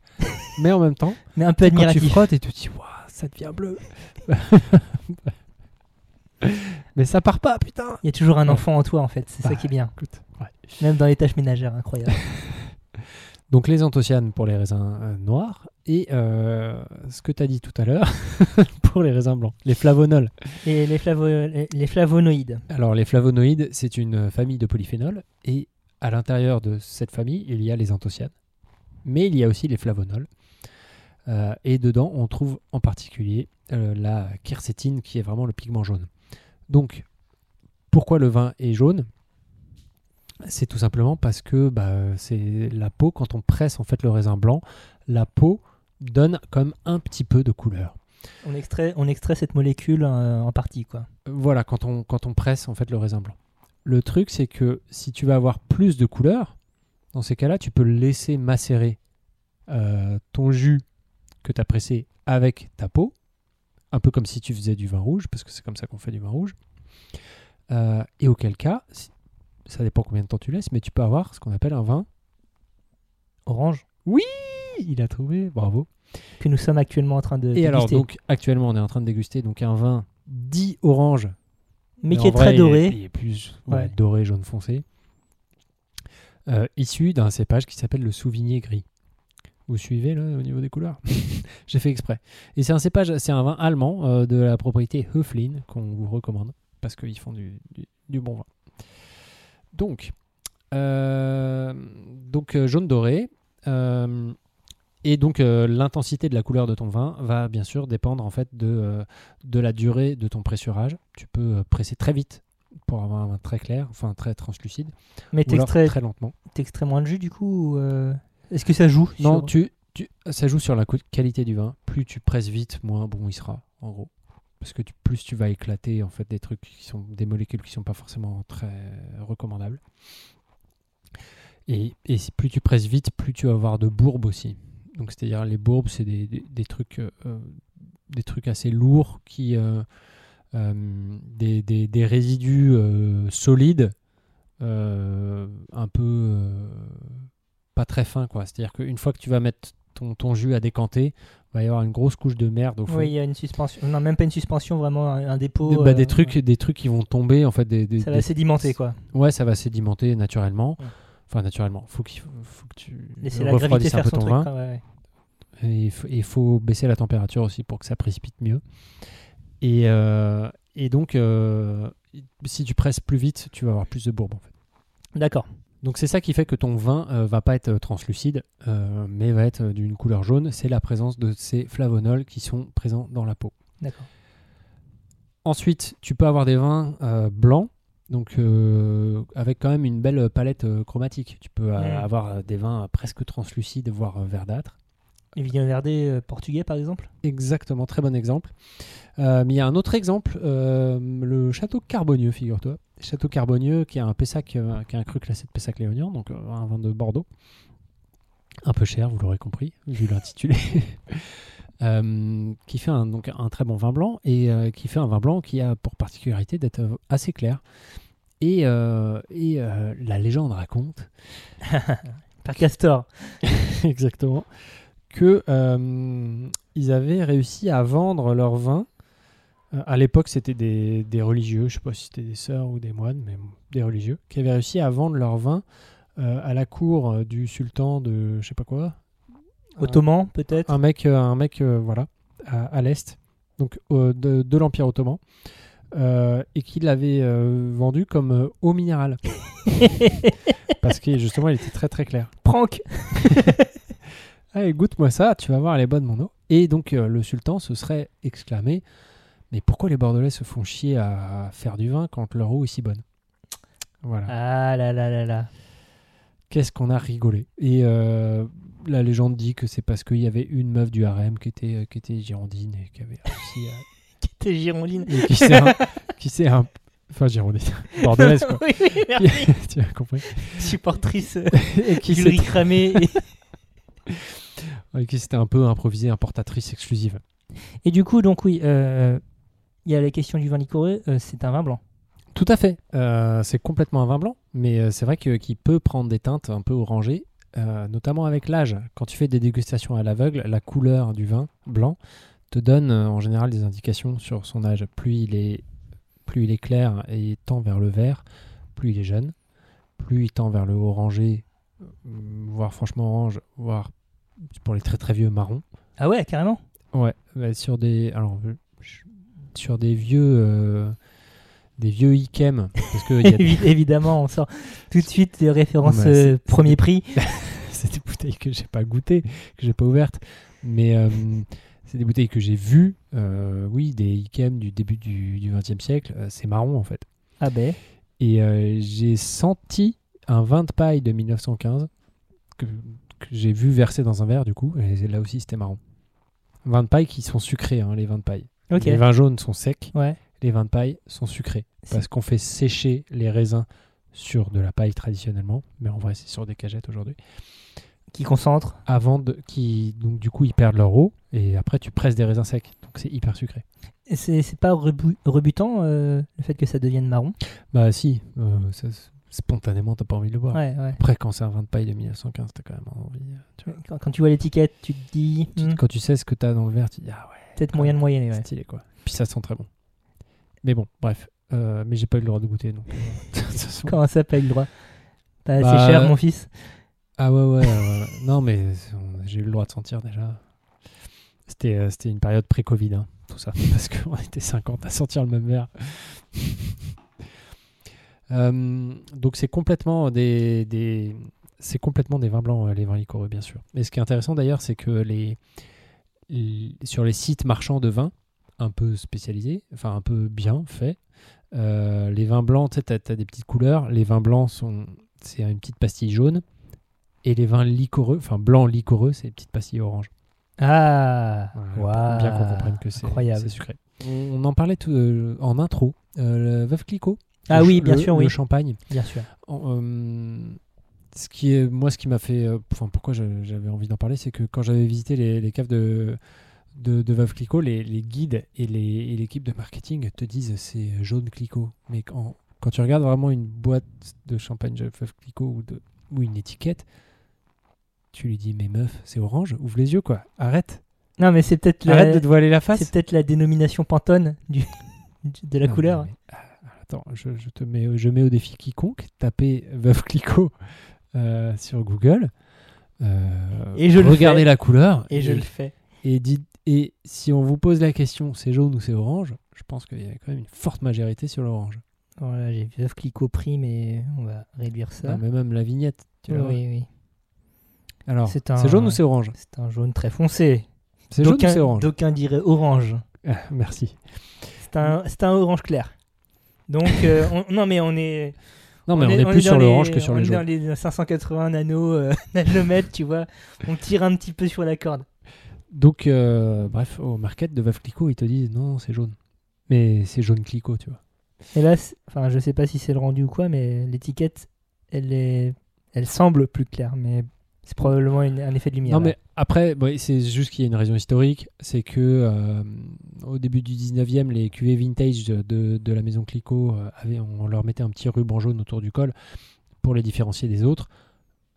Speaker 1: mais en même temps,
Speaker 2: Mais un peu
Speaker 1: quand tu
Speaker 2: admiratif.
Speaker 1: frottes et tu te dis, waouh, ça devient bleu. mais ça part pas, putain
Speaker 2: Il y a toujours un
Speaker 1: Ouais.
Speaker 2: enfant en toi en fait, c'est ça
Speaker 1: Bah,
Speaker 2: qui est bien.
Speaker 1: Écoute, ouais.
Speaker 2: Même dans les tâches ménagères, incroyable.
Speaker 1: Donc les anthocyanes pour les raisins euh, noirs et euh, ce que tu as dit tout à l'heure pour les raisins blancs, les flavonols.
Speaker 2: Et les, flavo- les- les flavonoïdes.
Speaker 1: Alors les flavonoïdes, c'est une famille de polyphénols et à l'intérieur de cette famille, il y a les anthocyanes, mais il y a aussi les flavonols. Euh, et dedans, on trouve en particulier euh, la quercétine qui est vraiment le pigment jaune. Donc pourquoi le vin est jaune C'est tout simplement parce que bah, c'est la peau, quand on presse en fait le raisin blanc, la peau donne comme un petit peu de couleur.
Speaker 2: On extrait, on extrait cette molécule euh, en partie, quoi.
Speaker 1: Voilà, quand on, quand on presse en fait le raisin blanc. Le truc, c'est que si tu vas avoir plus de couleur, dans ces cas-là, tu peux laisser macérer euh, ton jus que tu as pressé avec ta peau, un peu comme si tu faisais du vin rouge, parce que c'est comme ça qu'on fait du vin rouge. Euh, et auquel cas, si- ça dépend combien de temps tu laisses, mais tu peux avoir ce qu'on appelle un vin.
Speaker 2: Orange,
Speaker 1: Il a trouvé, bravo.
Speaker 2: que nous sommes actuellement en train de
Speaker 1: Et alors,
Speaker 2: déguster.
Speaker 1: donc, actuellement, on est en train de déguster donc un vin dit orange
Speaker 2: mais
Speaker 1: en
Speaker 2: qui est
Speaker 1: vrai,
Speaker 2: très
Speaker 1: il
Speaker 2: doré.
Speaker 1: Il est plus ouais,
Speaker 2: Ouais.
Speaker 1: doré, jaune foncé. euh, issu d'un cépage qui s'appelle le Souvigné gris. Vous suivez là au niveau des couleurs J'ai fait exprès. Et c'est un cépage, c'est un vin allemand euh, de la propriété Höflin qu'on vous recommande parce qu'ils font du, du- du bon vin. Donc, euh, donc euh, jaune doré. euh, et donc euh, l'intensité de la couleur de ton vin va bien sûr dépendre en fait de, euh, de la durée de ton pressurage. Tu peux euh, presser très vite pour avoir un vin très clair, enfin très translucide,
Speaker 2: Mais
Speaker 1: ou alors
Speaker 2: t'extrais
Speaker 1: très lentement.
Speaker 2: t'extrais moins de jus du coup ou, euh, Est-ce que ça joue
Speaker 1: Non,
Speaker 2: sur-
Speaker 1: tu, tu- ça joue sur la co- qualité du vin. Plus tu presses vite, moins bon il sera, en gros. Parce que tu- plus tu vas éclater en fait des trucs qui sont des molécules qui sont pas forcément très recommandables. Et, et si- plus tu presses vite, plus tu vas avoir de bourbes aussi. Donc c'est-à-dire les bourbes, c'est des, des- des trucs euh, euh, des trucs assez lourds qui euh, euh, des, des- des résidus euh, solides, euh, un peu euh, pas très fin quoi. C'est-à-dire qu'une fois que tu vas mettre ton, ton jus à décanter, il va y avoir une grosse couche de merde au fond.
Speaker 2: Oui, il y a une suspension. Non, même pas une suspension, vraiment un, un dépôt.
Speaker 1: Des- bah,
Speaker 2: euh,
Speaker 1: des trucs des trucs qui vont tomber en fait des, des-
Speaker 2: Ça va
Speaker 1: des-
Speaker 2: sédimenter quoi.
Speaker 1: ouais ça va sédimenter naturellement
Speaker 2: Ouais.
Speaker 1: enfin naturellement faut qu'il faut que tu
Speaker 2: Laisser la gravité
Speaker 1: refroidisses un
Speaker 2: faire
Speaker 1: peu
Speaker 2: son
Speaker 1: ton
Speaker 2: truc.
Speaker 1: vin
Speaker 2: quoi, ouais, ouais.
Speaker 1: et il faut, il faut baisser la température aussi pour que ça précipite mieux. Et, euh, et donc, euh, si tu presses plus vite, tu vas avoir plus de bourbe en fait.
Speaker 2: D'accord.
Speaker 1: Donc c'est ça qui fait que ton vin euh, va pas être translucide, euh, mais va être d'une couleur jaune. C'est la présence de ces flavonols qui sont présents dans la peau.
Speaker 2: D'accord.
Speaker 1: Ensuite, tu peux avoir des vins euh, blancs, donc euh, avec quand même une belle palette euh, chromatique. Tu peux euh,
Speaker 2: Mhm.
Speaker 1: avoir euh, des vins euh, presque translucides, voire euh, verdâtres.
Speaker 2: Et Vignon Verdé euh, portugais par exemple
Speaker 1: Exactement, très bon exemple. Euh, mais il y a un autre exemple, euh, le château Carbonieux, figure-toi. Château Carbonieux, qui a un Pessac, euh, qui a un cru classé de Pessac Léonien, donc euh, un vin de Bordeaux. Un peu cher, vous l'aurez compris, vu l'intitulé. Euh, qui fait un, donc un très bon vin blanc et euh, qui fait un vin blanc qui a pour particularité d'être euh, assez clair. Et, euh, et euh, la légende raconte
Speaker 2: Par Castor.
Speaker 1: exactement, que euh, ils avaient réussi à vendre leur vin. Euh, à l'époque, c'était des, des religieux, je sais pas si c'était des sœurs ou des moines, mais bon, des religieux, qui avaient réussi à vendre leur vin euh, à la cour euh, du sultan de je sais pas quoi. Un-
Speaker 2: Ottoman peut-être
Speaker 1: Un, mec, euh, un mec, euh, voilà, à, à l'est, donc euh, de, de l'empire ottoman. euh, et qui l'avait euh, vendu comme euh, eau minérale parce que justement il était très très clair
Speaker 2: Prank
Speaker 1: Allez, goûte-moi ça, tu vas voir, elle est bonne, mon eau. Et donc, euh, le sultan se serait exclamé Mais pourquoi les Bordelais se font chier à faire du vin quand leur eau est si bonne Voilà.
Speaker 2: Ah là là là là.
Speaker 1: Qu'est-ce qu'on a rigolé Et euh, la légende dit que c'est parce qu'il y avait une meuf du harem qui était, euh, qui était girondine et qui avait réussi à.
Speaker 2: T'es gironline.
Speaker 1: et qui s'est un- qui s'est un. Enfin, girondine. Bordelaise, quoi.
Speaker 2: oui, oui, merci.
Speaker 1: tu as compris.
Speaker 2: Supportrice euh,
Speaker 1: Et qui s'est
Speaker 2: Julie Cramé. Et...
Speaker 1: ouais, qui s'était un peu improvisée importatrice exclusive.
Speaker 2: et du coup, donc oui, euh, il y a la question du vin liquoré, euh, c'est un vin blanc.
Speaker 1: Tout à fait. Euh, c'est complètement un vin blanc, mais euh, c'est vrai que qui peut prendre des teintes un peu orangées, euh, notamment avec l'âge. Quand tu fais des dégustations à l'aveugle, la couleur du vin blanc te donne euh, en général des indications sur son âge. Plus il est, plus il est clair et tend vers le vert, plus il est jeune, plus il tend vers le orangé, euh, voire franchement orange, voire pour les très très vieux marron.
Speaker 2: Ah ouais, carrément
Speaker 1: Ouais, bah, sur des alors euh, je- sur des vieux euh, des vieux Ikem parce que il y a des-
Speaker 2: Évi- Évidemment, on sort tout de suite des références
Speaker 1: Ouais, c'est-
Speaker 2: euh, premier prix.
Speaker 1: c'est des bouteilles que j'ai pas goûtées, que j'ai pas ouvertes, mais euh, c'est des bouteilles que j'ai vues, euh, oui, des Ikem du début du, du 20e siècle, euh, c'est marron en fait.
Speaker 2: Ah ben,
Speaker 1: Et euh, j'ai senti un vin de paille de 1915 que, que j'ai vu verser dans un verre du coup, et là aussi c'était marron. Vins de paille qui sont sucrés, hein, les vins de paille.
Speaker 2: ok.
Speaker 1: Les vins jaunes sont secs,
Speaker 2: Ouais.
Speaker 1: les vins de paille sont sucrés.
Speaker 2: C'est-
Speaker 1: Parce qu'on fait sécher les raisins sur de la paille traditionnellement, mais en vrai c'est sur des cagettes aujourd'hui,
Speaker 2: Qui concentre.
Speaker 1: avant de, qui donc du coup ils perdent leur eau et après tu presses des raisins secs, donc c'est hyper sucré.
Speaker 2: Et C'est c'est pas rebu- rebutant euh, le fait que ça devienne marron.
Speaker 1: Bah si, euh, ça, c'est- spontanément t'as pas envie de le boire.
Speaker 2: Ouais, ouais.
Speaker 1: Après quand c'est un vin de paille de 1915 t'as quand même envie. euh, tu vois.
Speaker 2: Quand, quand tu vois l'étiquette, tu te dis
Speaker 1: Tu-
Speaker 2: hmm,
Speaker 1: Quand tu sais ce que t'as dans le verre, tu dis ah ouais,
Speaker 2: peut-être moyen de moyenne. Ouais.
Speaker 1: stylé quoi. Puis ça sent très bon. Mais bon, bref. Euh, mais j'ai pas eu le droit de goûter donc. euh, de toute façon,
Speaker 2: Comment ça s'appelle le droit Bah,
Speaker 1: Bah,
Speaker 2: c'est cher, mon fils.
Speaker 1: Ah ouais, ouais, ouais, ouais. Non, mais on- j'ai eu le droit de sentir déjà. C'était euh, c'était une période pré-Covid, hein, tout ça. Parce qu'on était 50 à sentir le même verre. Euh, donc c'est complètement des, des- c'est complètement des vins blancs euh, les vins liquoreux bien sûr. Mais ce qui est intéressant d'ailleurs c'est que les, les- sur les sites marchands de vins un peu spécialisés, enfin un peu bien faits, euh, les vins blancs tu as, des petites couleurs, les vins blancs sont c'est une petite pastille jaune et les vins liquoreux, enfin blancs liquoreux, c'est des petites pastilles orange.
Speaker 2: Ah,
Speaker 1: Voilà,
Speaker 2: waouh,
Speaker 1: pour Bien qu'on comprenne que c'est
Speaker 2: incroyable.
Speaker 1: c'est sucré. On, on en parlait tout, euh, en intro, euh, le Veuve Clicquot.
Speaker 2: Ah
Speaker 1: le
Speaker 2: oui,
Speaker 1: ch-
Speaker 2: bien
Speaker 1: le-
Speaker 2: sûr,
Speaker 1: le
Speaker 2: oui.
Speaker 1: champagne.
Speaker 2: Bien sûr.
Speaker 1: En, euh, ce qui est, moi, ce qui m'a fait. euh, Enfin, pourquoi je- j'avais envie d'en parler, c'est que quand j'avais visité les, les caves de, de, de Veuve Clicquot, les, les guides et les- et l'équipe de marketing te disent c'est jaune Clicquot. Mais quand, quand tu regardes vraiment une boîte de champagne de Veuve Clicquot ou, de, ou une étiquette, tu lui dis mais meuf, c'est orange, ouvre les yeux quoi, arrête,
Speaker 2: Non, mais c'est peut-être
Speaker 1: arrête
Speaker 2: la,
Speaker 1: de te voiler la face.
Speaker 2: c'est peut-être la dénomination Pantone du, du- de la
Speaker 1: Non,
Speaker 2: couleur.
Speaker 1: mais- mais- ah, attends, je, je te mets, je mets au défi quiconque, tapez Veuve Clicquot euh, sur Google. euh,
Speaker 2: Et je le
Speaker 1: regardez
Speaker 2: fais.
Speaker 1: la couleur
Speaker 2: Et je le fais.
Speaker 1: et dites- et si on vous pose la question c'est jaune ou c'est orange, je pense qu'il y a quand même une forte majorité sur l'orange.
Speaker 2: Voilà, j'ai vu clic au prix, mais on va réduire ça.
Speaker 1: Non, mais même la vignette. Tu la vois.
Speaker 2: oui, oui.
Speaker 1: Alors,
Speaker 2: C'est
Speaker 1: c'est
Speaker 2: un-
Speaker 1: jaune ou c'est orange
Speaker 2: C'est un jaune très foncé.
Speaker 1: C'est jaune ou
Speaker 2: D'aucuns-
Speaker 1: c'est orange
Speaker 2: D'aucuns diraient orange.
Speaker 1: Ah, Merci.
Speaker 2: C'est
Speaker 1: Hmm.
Speaker 2: un, c'est un orange clair. Donc, euh, on- non, mais on est.
Speaker 1: Non mais on, est,
Speaker 2: on
Speaker 1: plus
Speaker 2: dans
Speaker 1: sur
Speaker 2: les-
Speaker 1: l'orange que sur
Speaker 2: on
Speaker 1: le
Speaker 2: est dans
Speaker 1: jaune.
Speaker 2: les 580 nano, euh, nanomètres, tu vois. On tire un petit peu sur la corde.
Speaker 1: Donc euh, bref, au market de Veuve Clicquot ils te disent non, non, c'est jaune, mais c'est jaune Clicquot, tu vois.
Speaker 2: Et là, c'est- enfin, je sais pas si c'est le rendu ou quoi, mais l'étiquette, elle est, elle semble plus claire, mais c'est probablement une- un effet de lumière.
Speaker 1: Non,
Speaker 2: là.
Speaker 1: mais après, bon, c'est juste qu'il y a une raison historique. C'est que euh, au début du 19e, les cuvées vintage de, de la maison Clicquot, euh, avaient- on leur mettait un petit ruban jaune autour du col pour les différencier des autres.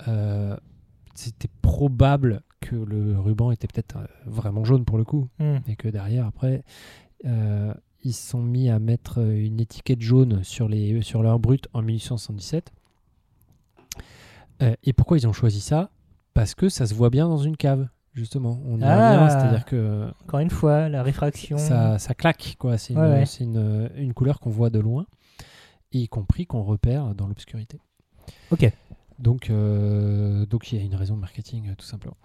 Speaker 1: Euh, C'était probable que le ruban était peut-être euh, vraiment jaune pour le coup.
Speaker 2: Hmm.
Speaker 1: Et que derrière, après, euh, ils se sont mis à mettre euh, une étiquette jaune sur, les, sur leur brut en 1877. Euh, et pourquoi ils ont choisi ça Parce que ça se voit bien dans une cave, justement. On y
Speaker 2: Ah.
Speaker 1: revient, c'est-à-dire que euh,
Speaker 2: Encore une fois, la réfraction.
Speaker 1: ça, ça claque, quoi. C'est une,
Speaker 2: Ouais, ouais.
Speaker 1: c'est une- une couleur qu'on voit de loin, et y compris qu'on repère dans l'obscurité.
Speaker 2: Ok.
Speaker 1: Donc, euh, donc il y a une raison de marketing, euh, tout simplement.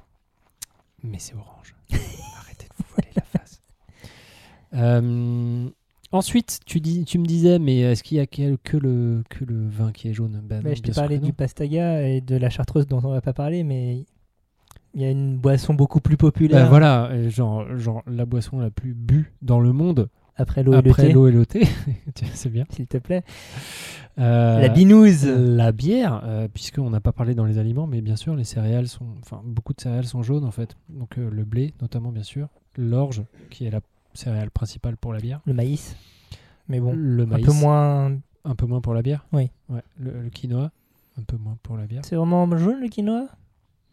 Speaker 1: Mais c'est orange. Arrêtez de vous voler la face. Euh, ensuite, tu, dis, tu me disais, mais est-ce qu'il y a quel- que, le, que le vin qui est jaune Ben non,
Speaker 2: Mais Bah, je t'ai
Speaker 1: bien sûr
Speaker 2: parlé
Speaker 1: que
Speaker 2: du
Speaker 1: non.
Speaker 2: pastaga et de la chartreuse dont on va pas parler, mais il y a une boisson beaucoup plus
Speaker 1: Ben
Speaker 2: populaire
Speaker 1: voilà, euh, genre, genre la boisson la plus bu dans le monde
Speaker 2: après l'eau et le
Speaker 1: après E
Speaker 2: thé,
Speaker 1: l'eau et le thé. Tiens, c'est bien.
Speaker 2: s'il te plaît.
Speaker 1: Euh,
Speaker 2: la binouze.
Speaker 1: la bière, euh, puisqu'on n'a pas parlé dans les aliments, mais bien sûr, les céréales sont. Enfin, beaucoup de céréales sont jaunes en fait. Donc euh, le blé, notamment, bien sûr. L'orge, qui est la céréale principale pour la bière.
Speaker 2: Le maïs. Mais bon,
Speaker 1: le
Speaker 2: Mm. un
Speaker 1: maïs,
Speaker 2: peu moins.
Speaker 1: un peu moins pour la bière.
Speaker 2: Oui.
Speaker 1: Ouais. Le, le quinoa, un peu moins pour la bière.
Speaker 2: C'est vraiment jaune le quinoa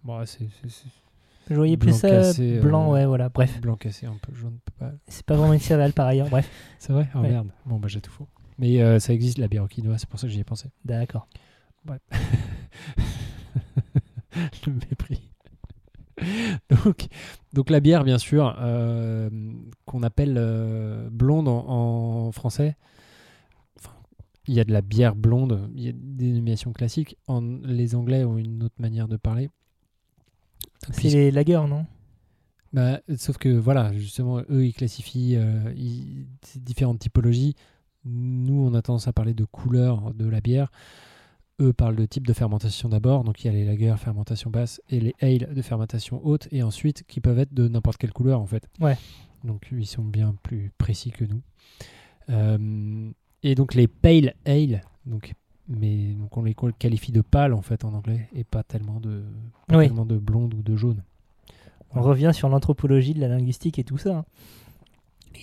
Speaker 1: Bon, ah, c'est c'est- c'est
Speaker 2: Je voyais plus
Speaker 1: Blanc
Speaker 2: ça
Speaker 1: cassé, euh,
Speaker 2: blanc, ouais, voilà. Bref,
Speaker 1: blanc cassé, un peu jaune. pas-
Speaker 2: c'est pas vraiment une céréale par ailleurs. Bref,
Speaker 1: C'est vrai Ah
Speaker 2: Ouais.
Speaker 1: merde. Bon, bah j'ai tout faux. Mais euh, ça existe la bière au quinoa, c'est pour ça que j'y ai pensé.
Speaker 2: d'accord.
Speaker 1: le mépris. donc, donc la bière, bien sûr, euh, qu'on appelle euh, blonde en, en français. Enfin, il y a de la bière blonde, il y a des dénominations classiques. En, les Anglais ont une autre manière de parler.
Speaker 2: C'est
Speaker 1: Puis-
Speaker 2: les lagers, non
Speaker 1: bah, sauf que voilà, justement, eux, ils classifient euh, ils- ces différentes typologies. Nous, on a tendance à parler de couleur de la bière. Eux parlent de type de fermentation d'abord. Donc, il y a les lagers, fermentation basse, et les ales de fermentation haute, et ensuite, qui peuvent être de n'importe quelle couleur, en fait.
Speaker 2: Ouais.
Speaker 1: Donc, ils sont bien plus précis que nous. Euh, et donc, les pale ale, donc, mais donc on les qualifie de pâle, en fait, en anglais, et pas tellement de, pas
Speaker 2: Oui.
Speaker 1: tellement de blonde ou de jaune.
Speaker 2: On revient sur l'anthropologie de la linguistique et tout ça. hein.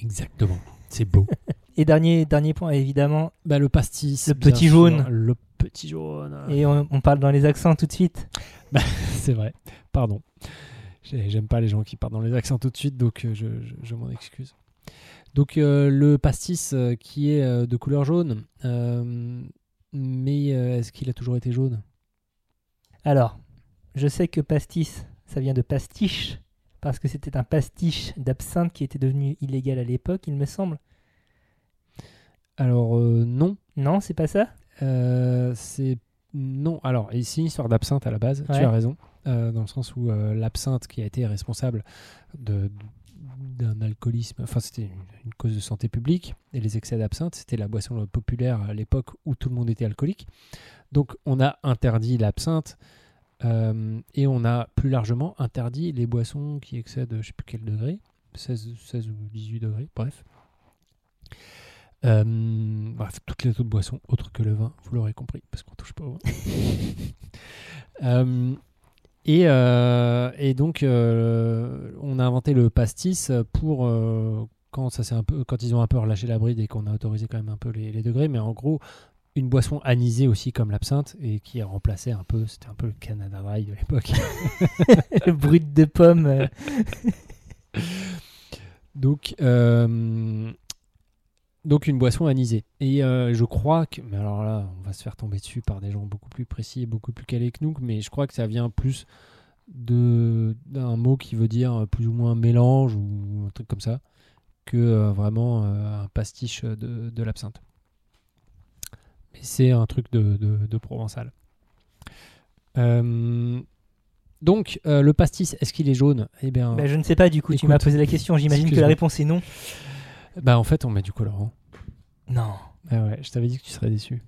Speaker 1: Exactement. C'est beau.
Speaker 2: Et dernier, dernier point, évidemment,
Speaker 1: Bah, le pastis.
Speaker 2: Le
Speaker 1: bien
Speaker 2: petit
Speaker 1: sûr.
Speaker 2: jaune.
Speaker 1: Le petit jaune.
Speaker 2: et on, on parle dans les accents tout de suite.
Speaker 1: C'est vrai. Pardon. J'ai- J'aime pas les gens qui partent dans les accents tout de suite, donc euh, je, je- je m'en excuse. Donc euh, le pastis euh, qui est euh, de couleur jaune, euh, mais euh, est-ce qu'il a toujours été jaune
Speaker 2: Alors, je sais que pastis, ça vient de pastiche, parce que c'était un pastiche d'absinthe qui était devenu illégal à l'époque, il me semble.
Speaker 1: Alors, euh, non.
Speaker 2: Non, c'est pas ça
Speaker 1: Euh, c'est. Non. Alors, ici, histoire d'absinthe à la base,
Speaker 2: Ouais.
Speaker 1: tu as raison. euh, dans le sens où euh, l'absinthe qui a été responsable de d'un alcoolisme, enfin c'était une, une cause de santé publique, et les excès d'absinthe, c'était la boisson populaire à l'époque où tout le monde était alcoolique. Donc on a interdit l'absinthe, euh, et on a plus largement interdit les boissons qui excèdent je sais plus quel degré, 16, 16 ou 18 degrés, bref. Euh, bref, toutes les autres boissons autres que le vin, vous l'aurez compris, parce qu'on touche pas au vin. Euh, et, euh, et donc, euh, on a inventé le pastis pour euh, quand ça s'est un peu, quand ils ont un peu relâché la bride et qu'on a autorisé quand même un peu les, les degrés, mais en gros, une boisson anisée aussi comme l'absinthe et qui a remplacé un peu, c'était un peu le Canada Dry de l'époque.
Speaker 2: Le brut de pomme. euh,
Speaker 1: Donc, euh, donc une boisson anisée. Et euh, je crois que, mais alors là, on va se faire tomber dessus par des gens beaucoup plus précis et beaucoup plus calés que nous, mais je crois que ça vient plus de d'un mot qui veut dire plus ou moins mélange ou un truc comme ça que euh, vraiment euh, un pastiche de, de l'absinthe. Mais c'est un truc de, de- de provençal. Euh, donc, euh, le pastis, est-ce qu'il est jaune Eh bien,
Speaker 2: bah, je ne sais pas, du coup, tu
Speaker 1: Écoute,
Speaker 2: m'as posé la question, j'imagine que
Speaker 1: excuse-moi.
Speaker 2: la réponse est non.
Speaker 1: bah, en fait, on met du colorant.
Speaker 2: Non.
Speaker 1: Ah ouais, je t'avais dit que tu serais déçu.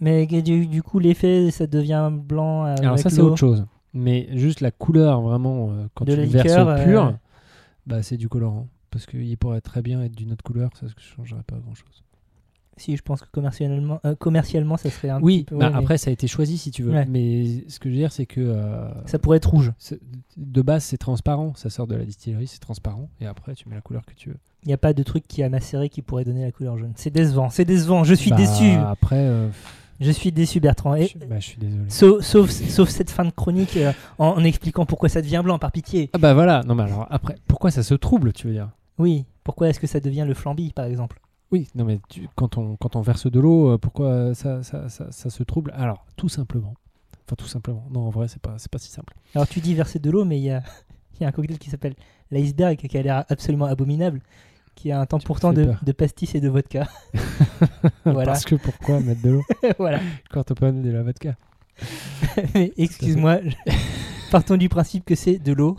Speaker 2: Mais que du, du coup, l'effet, ça devient blanc avec
Speaker 1: Alors ça c'est
Speaker 2: l'eau.
Speaker 1: autre chose, mais juste la couleur vraiment euh, quand
Speaker 2: De
Speaker 1: tu
Speaker 2: la
Speaker 1: le verses
Speaker 2: liqueur,
Speaker 1: au
Speaker 2: euh,
Speaker 1: pur, bah c'est du colorant parce qu'il pourrait très bien être d'une autre couleur, ça ne changerait pas grand chose.
Speaker 2: Si, je pense que commercialement, euh, commercialement ça serait un
Speaker 1: Oui,
Speaker 2: petit peu...
Speaker 1: bah,
Speaker 2: ouais, mais
Speaker 1: après ça a été choisi si tu veux,
Speaker 2: Ouais.
Speaker 1: mais ce que je veux dire c'est que euh,
Speaker 2: Ça pourrait être rouge.
Speaker 1: c'est- de base c'est transparent, ça sort de la distillerie, c'est transparent et après tu mets la couleur que tu veux.
Speaker 2: Il n'y a pas de truc qui a macéré qui pourrait donner la couleur jaune. C'est décevant, c'est décevant, je suis
Speaker 1: Bah,
Speaker 2: déçu.
Speaker 1: Après, euh, pff,
Speaker 2: Je suis déçu, Bertrand. Et,
Speaker 1: je, bah, je suis désolé.
Speaker 2: sauf, sauf, sauf cette fin de chronique euh, en, en expliquant pourquoi ça devient blanc, par pitié.
Speaker 1: Ah bah voilà, non mais alors après, pourquoi ça se trouble tu veux dire
Speaker 2: Oui, pourquoi est-ce que ça devient le flambi, par exemple
Speaker 1: Oui, non mais tu- quand, on, quand on verse de l'eau, euh, pourquoi euh, ça, ça, ça- ça se trouble Alors, tout simplement. Enfin, tout simplement. Non, en vrai, c'est pas, c'est pas si simple.
Speaker 2: Alors tu dis verser de l'eau, mais il y a, il y a un cocktail qui s'appelle l'iceberg, qui a l'air absolument abominable, qui a un temps
Speaker 1: me
Speaker 2: pourtant
Speaker 1: fais
Speaker 2: de,
Speaker 1: peur.
Speaker 2: de pastis et de vodka. voilà.
Speaker 1: Parce que pourquoi mettre de l'eau
Speaker 2: voilà.
Speaker 1: quand on peut mettre de la vodka
Speaker 2: Mais excuse-moi, je- partons du principe que c'est de l'eau.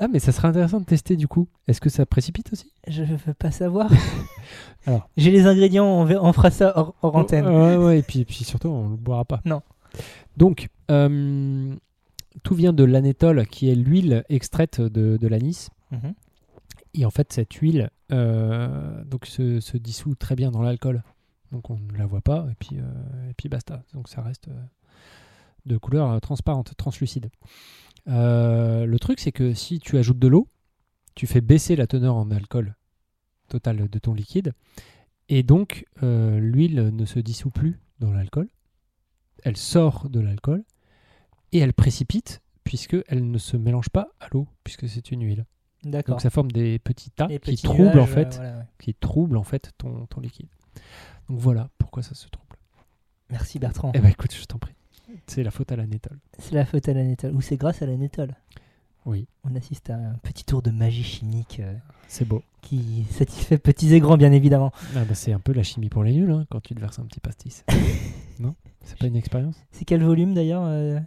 Speaker 1: Ah, mais ça serait intéressant de tester du coup. Est-ce que ça précipite aussi
Speaker 2: Je veux pas savoir.
Speaker 1: Alors.
Speaker 2: J'ai les ingrédients, on, ver- on fera ça hors, hors antenne.
Speaker 1: Oh, Ouais, ouais, et puis, et puis surtout, on le boira pas.
Speaker 2: Non.
Speaker 1: Donc, euh, tout vient de l'anétole, qui est l'huile extraite de, de l'anis.
Speaker 2: Mhm.
Speaker 1: Et en fait, cette huile euh, donc se, se dissout très bien dans l'alcool. Donc on ne la voit pas, et puis, euh, et puis basta. Donc ça reste euh, de couleur euh, transparente, translucide. Euh, le truc, c'est que si tu ajoutes de l'eau, tu fais baisser la teneur en alcool totale de ton liquide. Et donc, euh, l'huile ne se dissout plus dans l'alcool. Elle sort de l'alcool et elle précipite, puisqu'elle ne se mélange pas à l'eau, puisque c'est une huile.
Speaker 2: D'accord.
Speaker 1: Donc ça forme des petits tas
Speaker 2: Les
Speaker 1: qui
Speaker 2: petits
Speaker 1: troublent en
Speaker 2: nuages,
Speaker 1: fait,
Speaker 2: euh, voilà, ouais.
Speaker 1: qui troublent en fait ton, ton liquide. Donc voilà pourquoi ça se trouble.
Speaker 2: Merci Bertrand.
Speaker 1: Eh ben écoute, je t'en prie. C'est la faute à la nétole.
Speaker 2: C'est la faute à la Nétole, ou c'est grâce à la Nétole.
Speaker 1: Oui,
Speaker 2: On assiste à un petit tour de magie chimique euh,
Speaker 1: c'est beau.
Speaker 2: qui satisfait petits et grands, bien évidemment.
Speaker 1: Ah bah, c'est un peu la chimie pour les nuls hein, quand tu te verses un petit pastis. non C'est pas une expérience
Speaker 2: C'est quel volume d'ailleurs euh,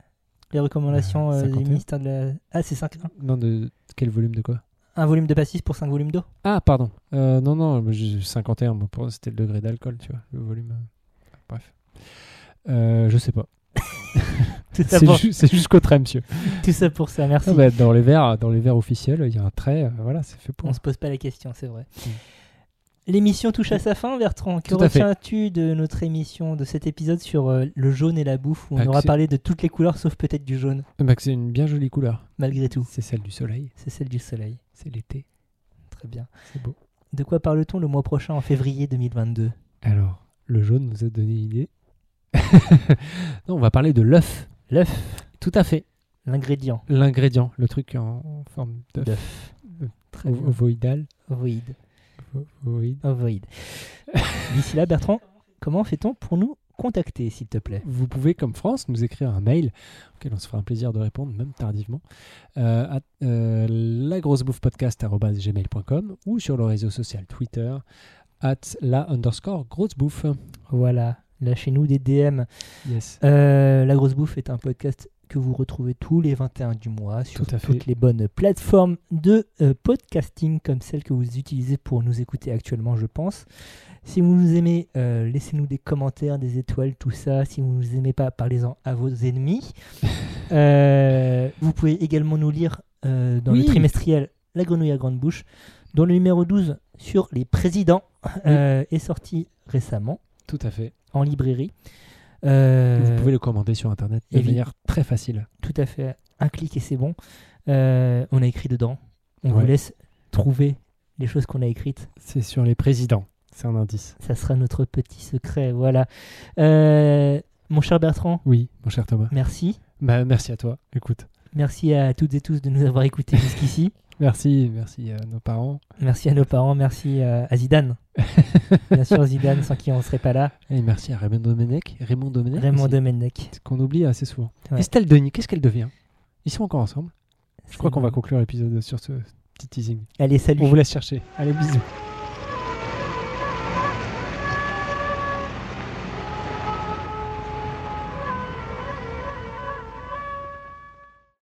Speaker 2: Les recommandations
Speaker 1: Euh,
Speaker 2: euh, du
Speaker 1: 51.
Speaker 2: ministère de la. Ah, c'est 5.
Speaker 1: Non, de quel volume de quoi
Speaker 2: Un volume de pastis pour 5 volumes d'eau.
Speaker 1: Ah, pardon. Euh, non, non, moi, j'ai 51, moi, pour- c'était le degré d'alcool, tu vois, le volume. euh, Bref. Euh, je sais pas.
Speaker 2: Tout ça,
Speaker 1: C'est
Speaker 2: pour,
Speaker 1: ju- c'est jusqu'au trait, monsieur.
Speaker 2: tout ça pour ça, merci.
Speaker 1: Ah bah, dans, les verres, dans les verres officiels, il y a un trait, euh, voilà, c'est fait pour.
Speaker 2: On se pose pas la question, c'est vrai. L'émission touche à sa fin, Bertrand. Que
Speaker 1: Mm. Tout à fait.
Speaker 2: retiens-tu de notre émission, de cet épisode sur euh, le jaune et la bouffe, où on
Speaker 1: Bah, que
Speaker 2: aura
Speaker 1: c'est-
Speaker 2: parlé de toutes les couleurs sauf peut-être du jaune,
Speaker 1: Bah, que c'est une bien jolie couleur.
Speaker 2: malgré tout
Speaker 1: C'est celle du soleil,
Speaker 2: C'est celle du soleil.
Speaker 1: c'est l'été,
Speaker 2: Très bien.
Speaker 1: c'est beau.
Speaker 2: De quoi parle-t-on le mois prochain, en février 2022
Speaker 1: Alors, le jaune nous a donné une idée. non, on va parler de l'œuf.
Speaker 2: L'œuf,
Speaker 1: Tout à fait.
Speaker 2: l'ingrédient.
Speaker 1: L'ingrédient, le truc en, en forme d'œuf.
Speaker 2: Très
Speaker 1: O-
Speaker 2: bien.
Speaker 1: Ovoïdal.
Speaker 2: Ovoïde.
Speaker 1: Ovoïde.
Speaker 2: Ovoïde. D'ici là, Bertrand, comment fait-on pour nous contacter, s'il te plaît
Speaker 1: Vous pouvez, comme France, nous écrire un mail auquel on se fera un plaisir de répondre, même tardivement, euh, à euh, lagrossebouffepodcast.com ou sur le réseau social Twitter, at la underscore grosse bouffe.
Speaker 2: Voilà, lâchez-nous des DM.
Speaker 1: Yes.
Speaker 2: Euh, La Grosse Bouffe est un podcast que vous retrouvez tous les 21 du mois sur
Speaker 1: Tout à fait.
Speaker 2: toutes les bonnes plateformes de euh, podcasting comme celles que vous utilisez pour nous écouter actuellement, je pense. Si vous nous aimez, euh, laissez-nous des commentaires, des étoiles, tout ça. Si vous ne nous aimez pas, parlez-en à vos ennemis. Euh, vous pouvez également nous lire euh, dans
Speaker 1: Oui.
Speaker 2: le trimestriel La Grenouille à grande bouche, dont le numéro 12 sur les présidents euh, est sorti récemment
Speaker 1: Tout à fait.
Speaker 2: en librairie. Euh,
Speaker 1: Vous pouvez le commander sur Internet de
Speaker 2: évi-
Speaker 1: manière très facile.
Speaker 2: tout à fait. Un clic et c'est bon. Euh, on a écrit dedans. On
Speaker 1: Ouais.
Speaker 2: vous laisse trouver les choses qu'on a écrites.
Speaker 1: C'est sur les présidents. C'est un indice.
Speaker 2: Ça sera notre petit secret. Voilà. Euh, mon cher Bertrand,
Speaker 1: Oui, mon cher Thomas.
Speaker 2: merci.
Speaker 1: Bah, merci à toi. Écoute,
Speaker 2: Merci à toutes et tous de nous avoir écoutés jusqu'ici.
Speaker 1: merci, merci à nos parents
Speaker 2: Merci à nos parents. Merci euh, à Zidane. Bien sûr, Zidane, sans qui on ne serait pas là.
Speaker 1: et merci à Raymond Domenech. Raymond Domenech.
Speaker 2: Raymond
Speaker 1: aussi,
Speaker 2: Domenech.
Speaker 1: Qu'on oublie assez souvent.
Speaker 2: Ouais.
Speaker 1: Estelle Denis, qu'est-ce qu'elle devient Ils sont encore ensemble. Je crois qu'on va conclure l'épisode sur ce petit teasing.
Speaker 2: Allez, salut.
Speaker 1: On vous laisse chercher. Allez, bisous.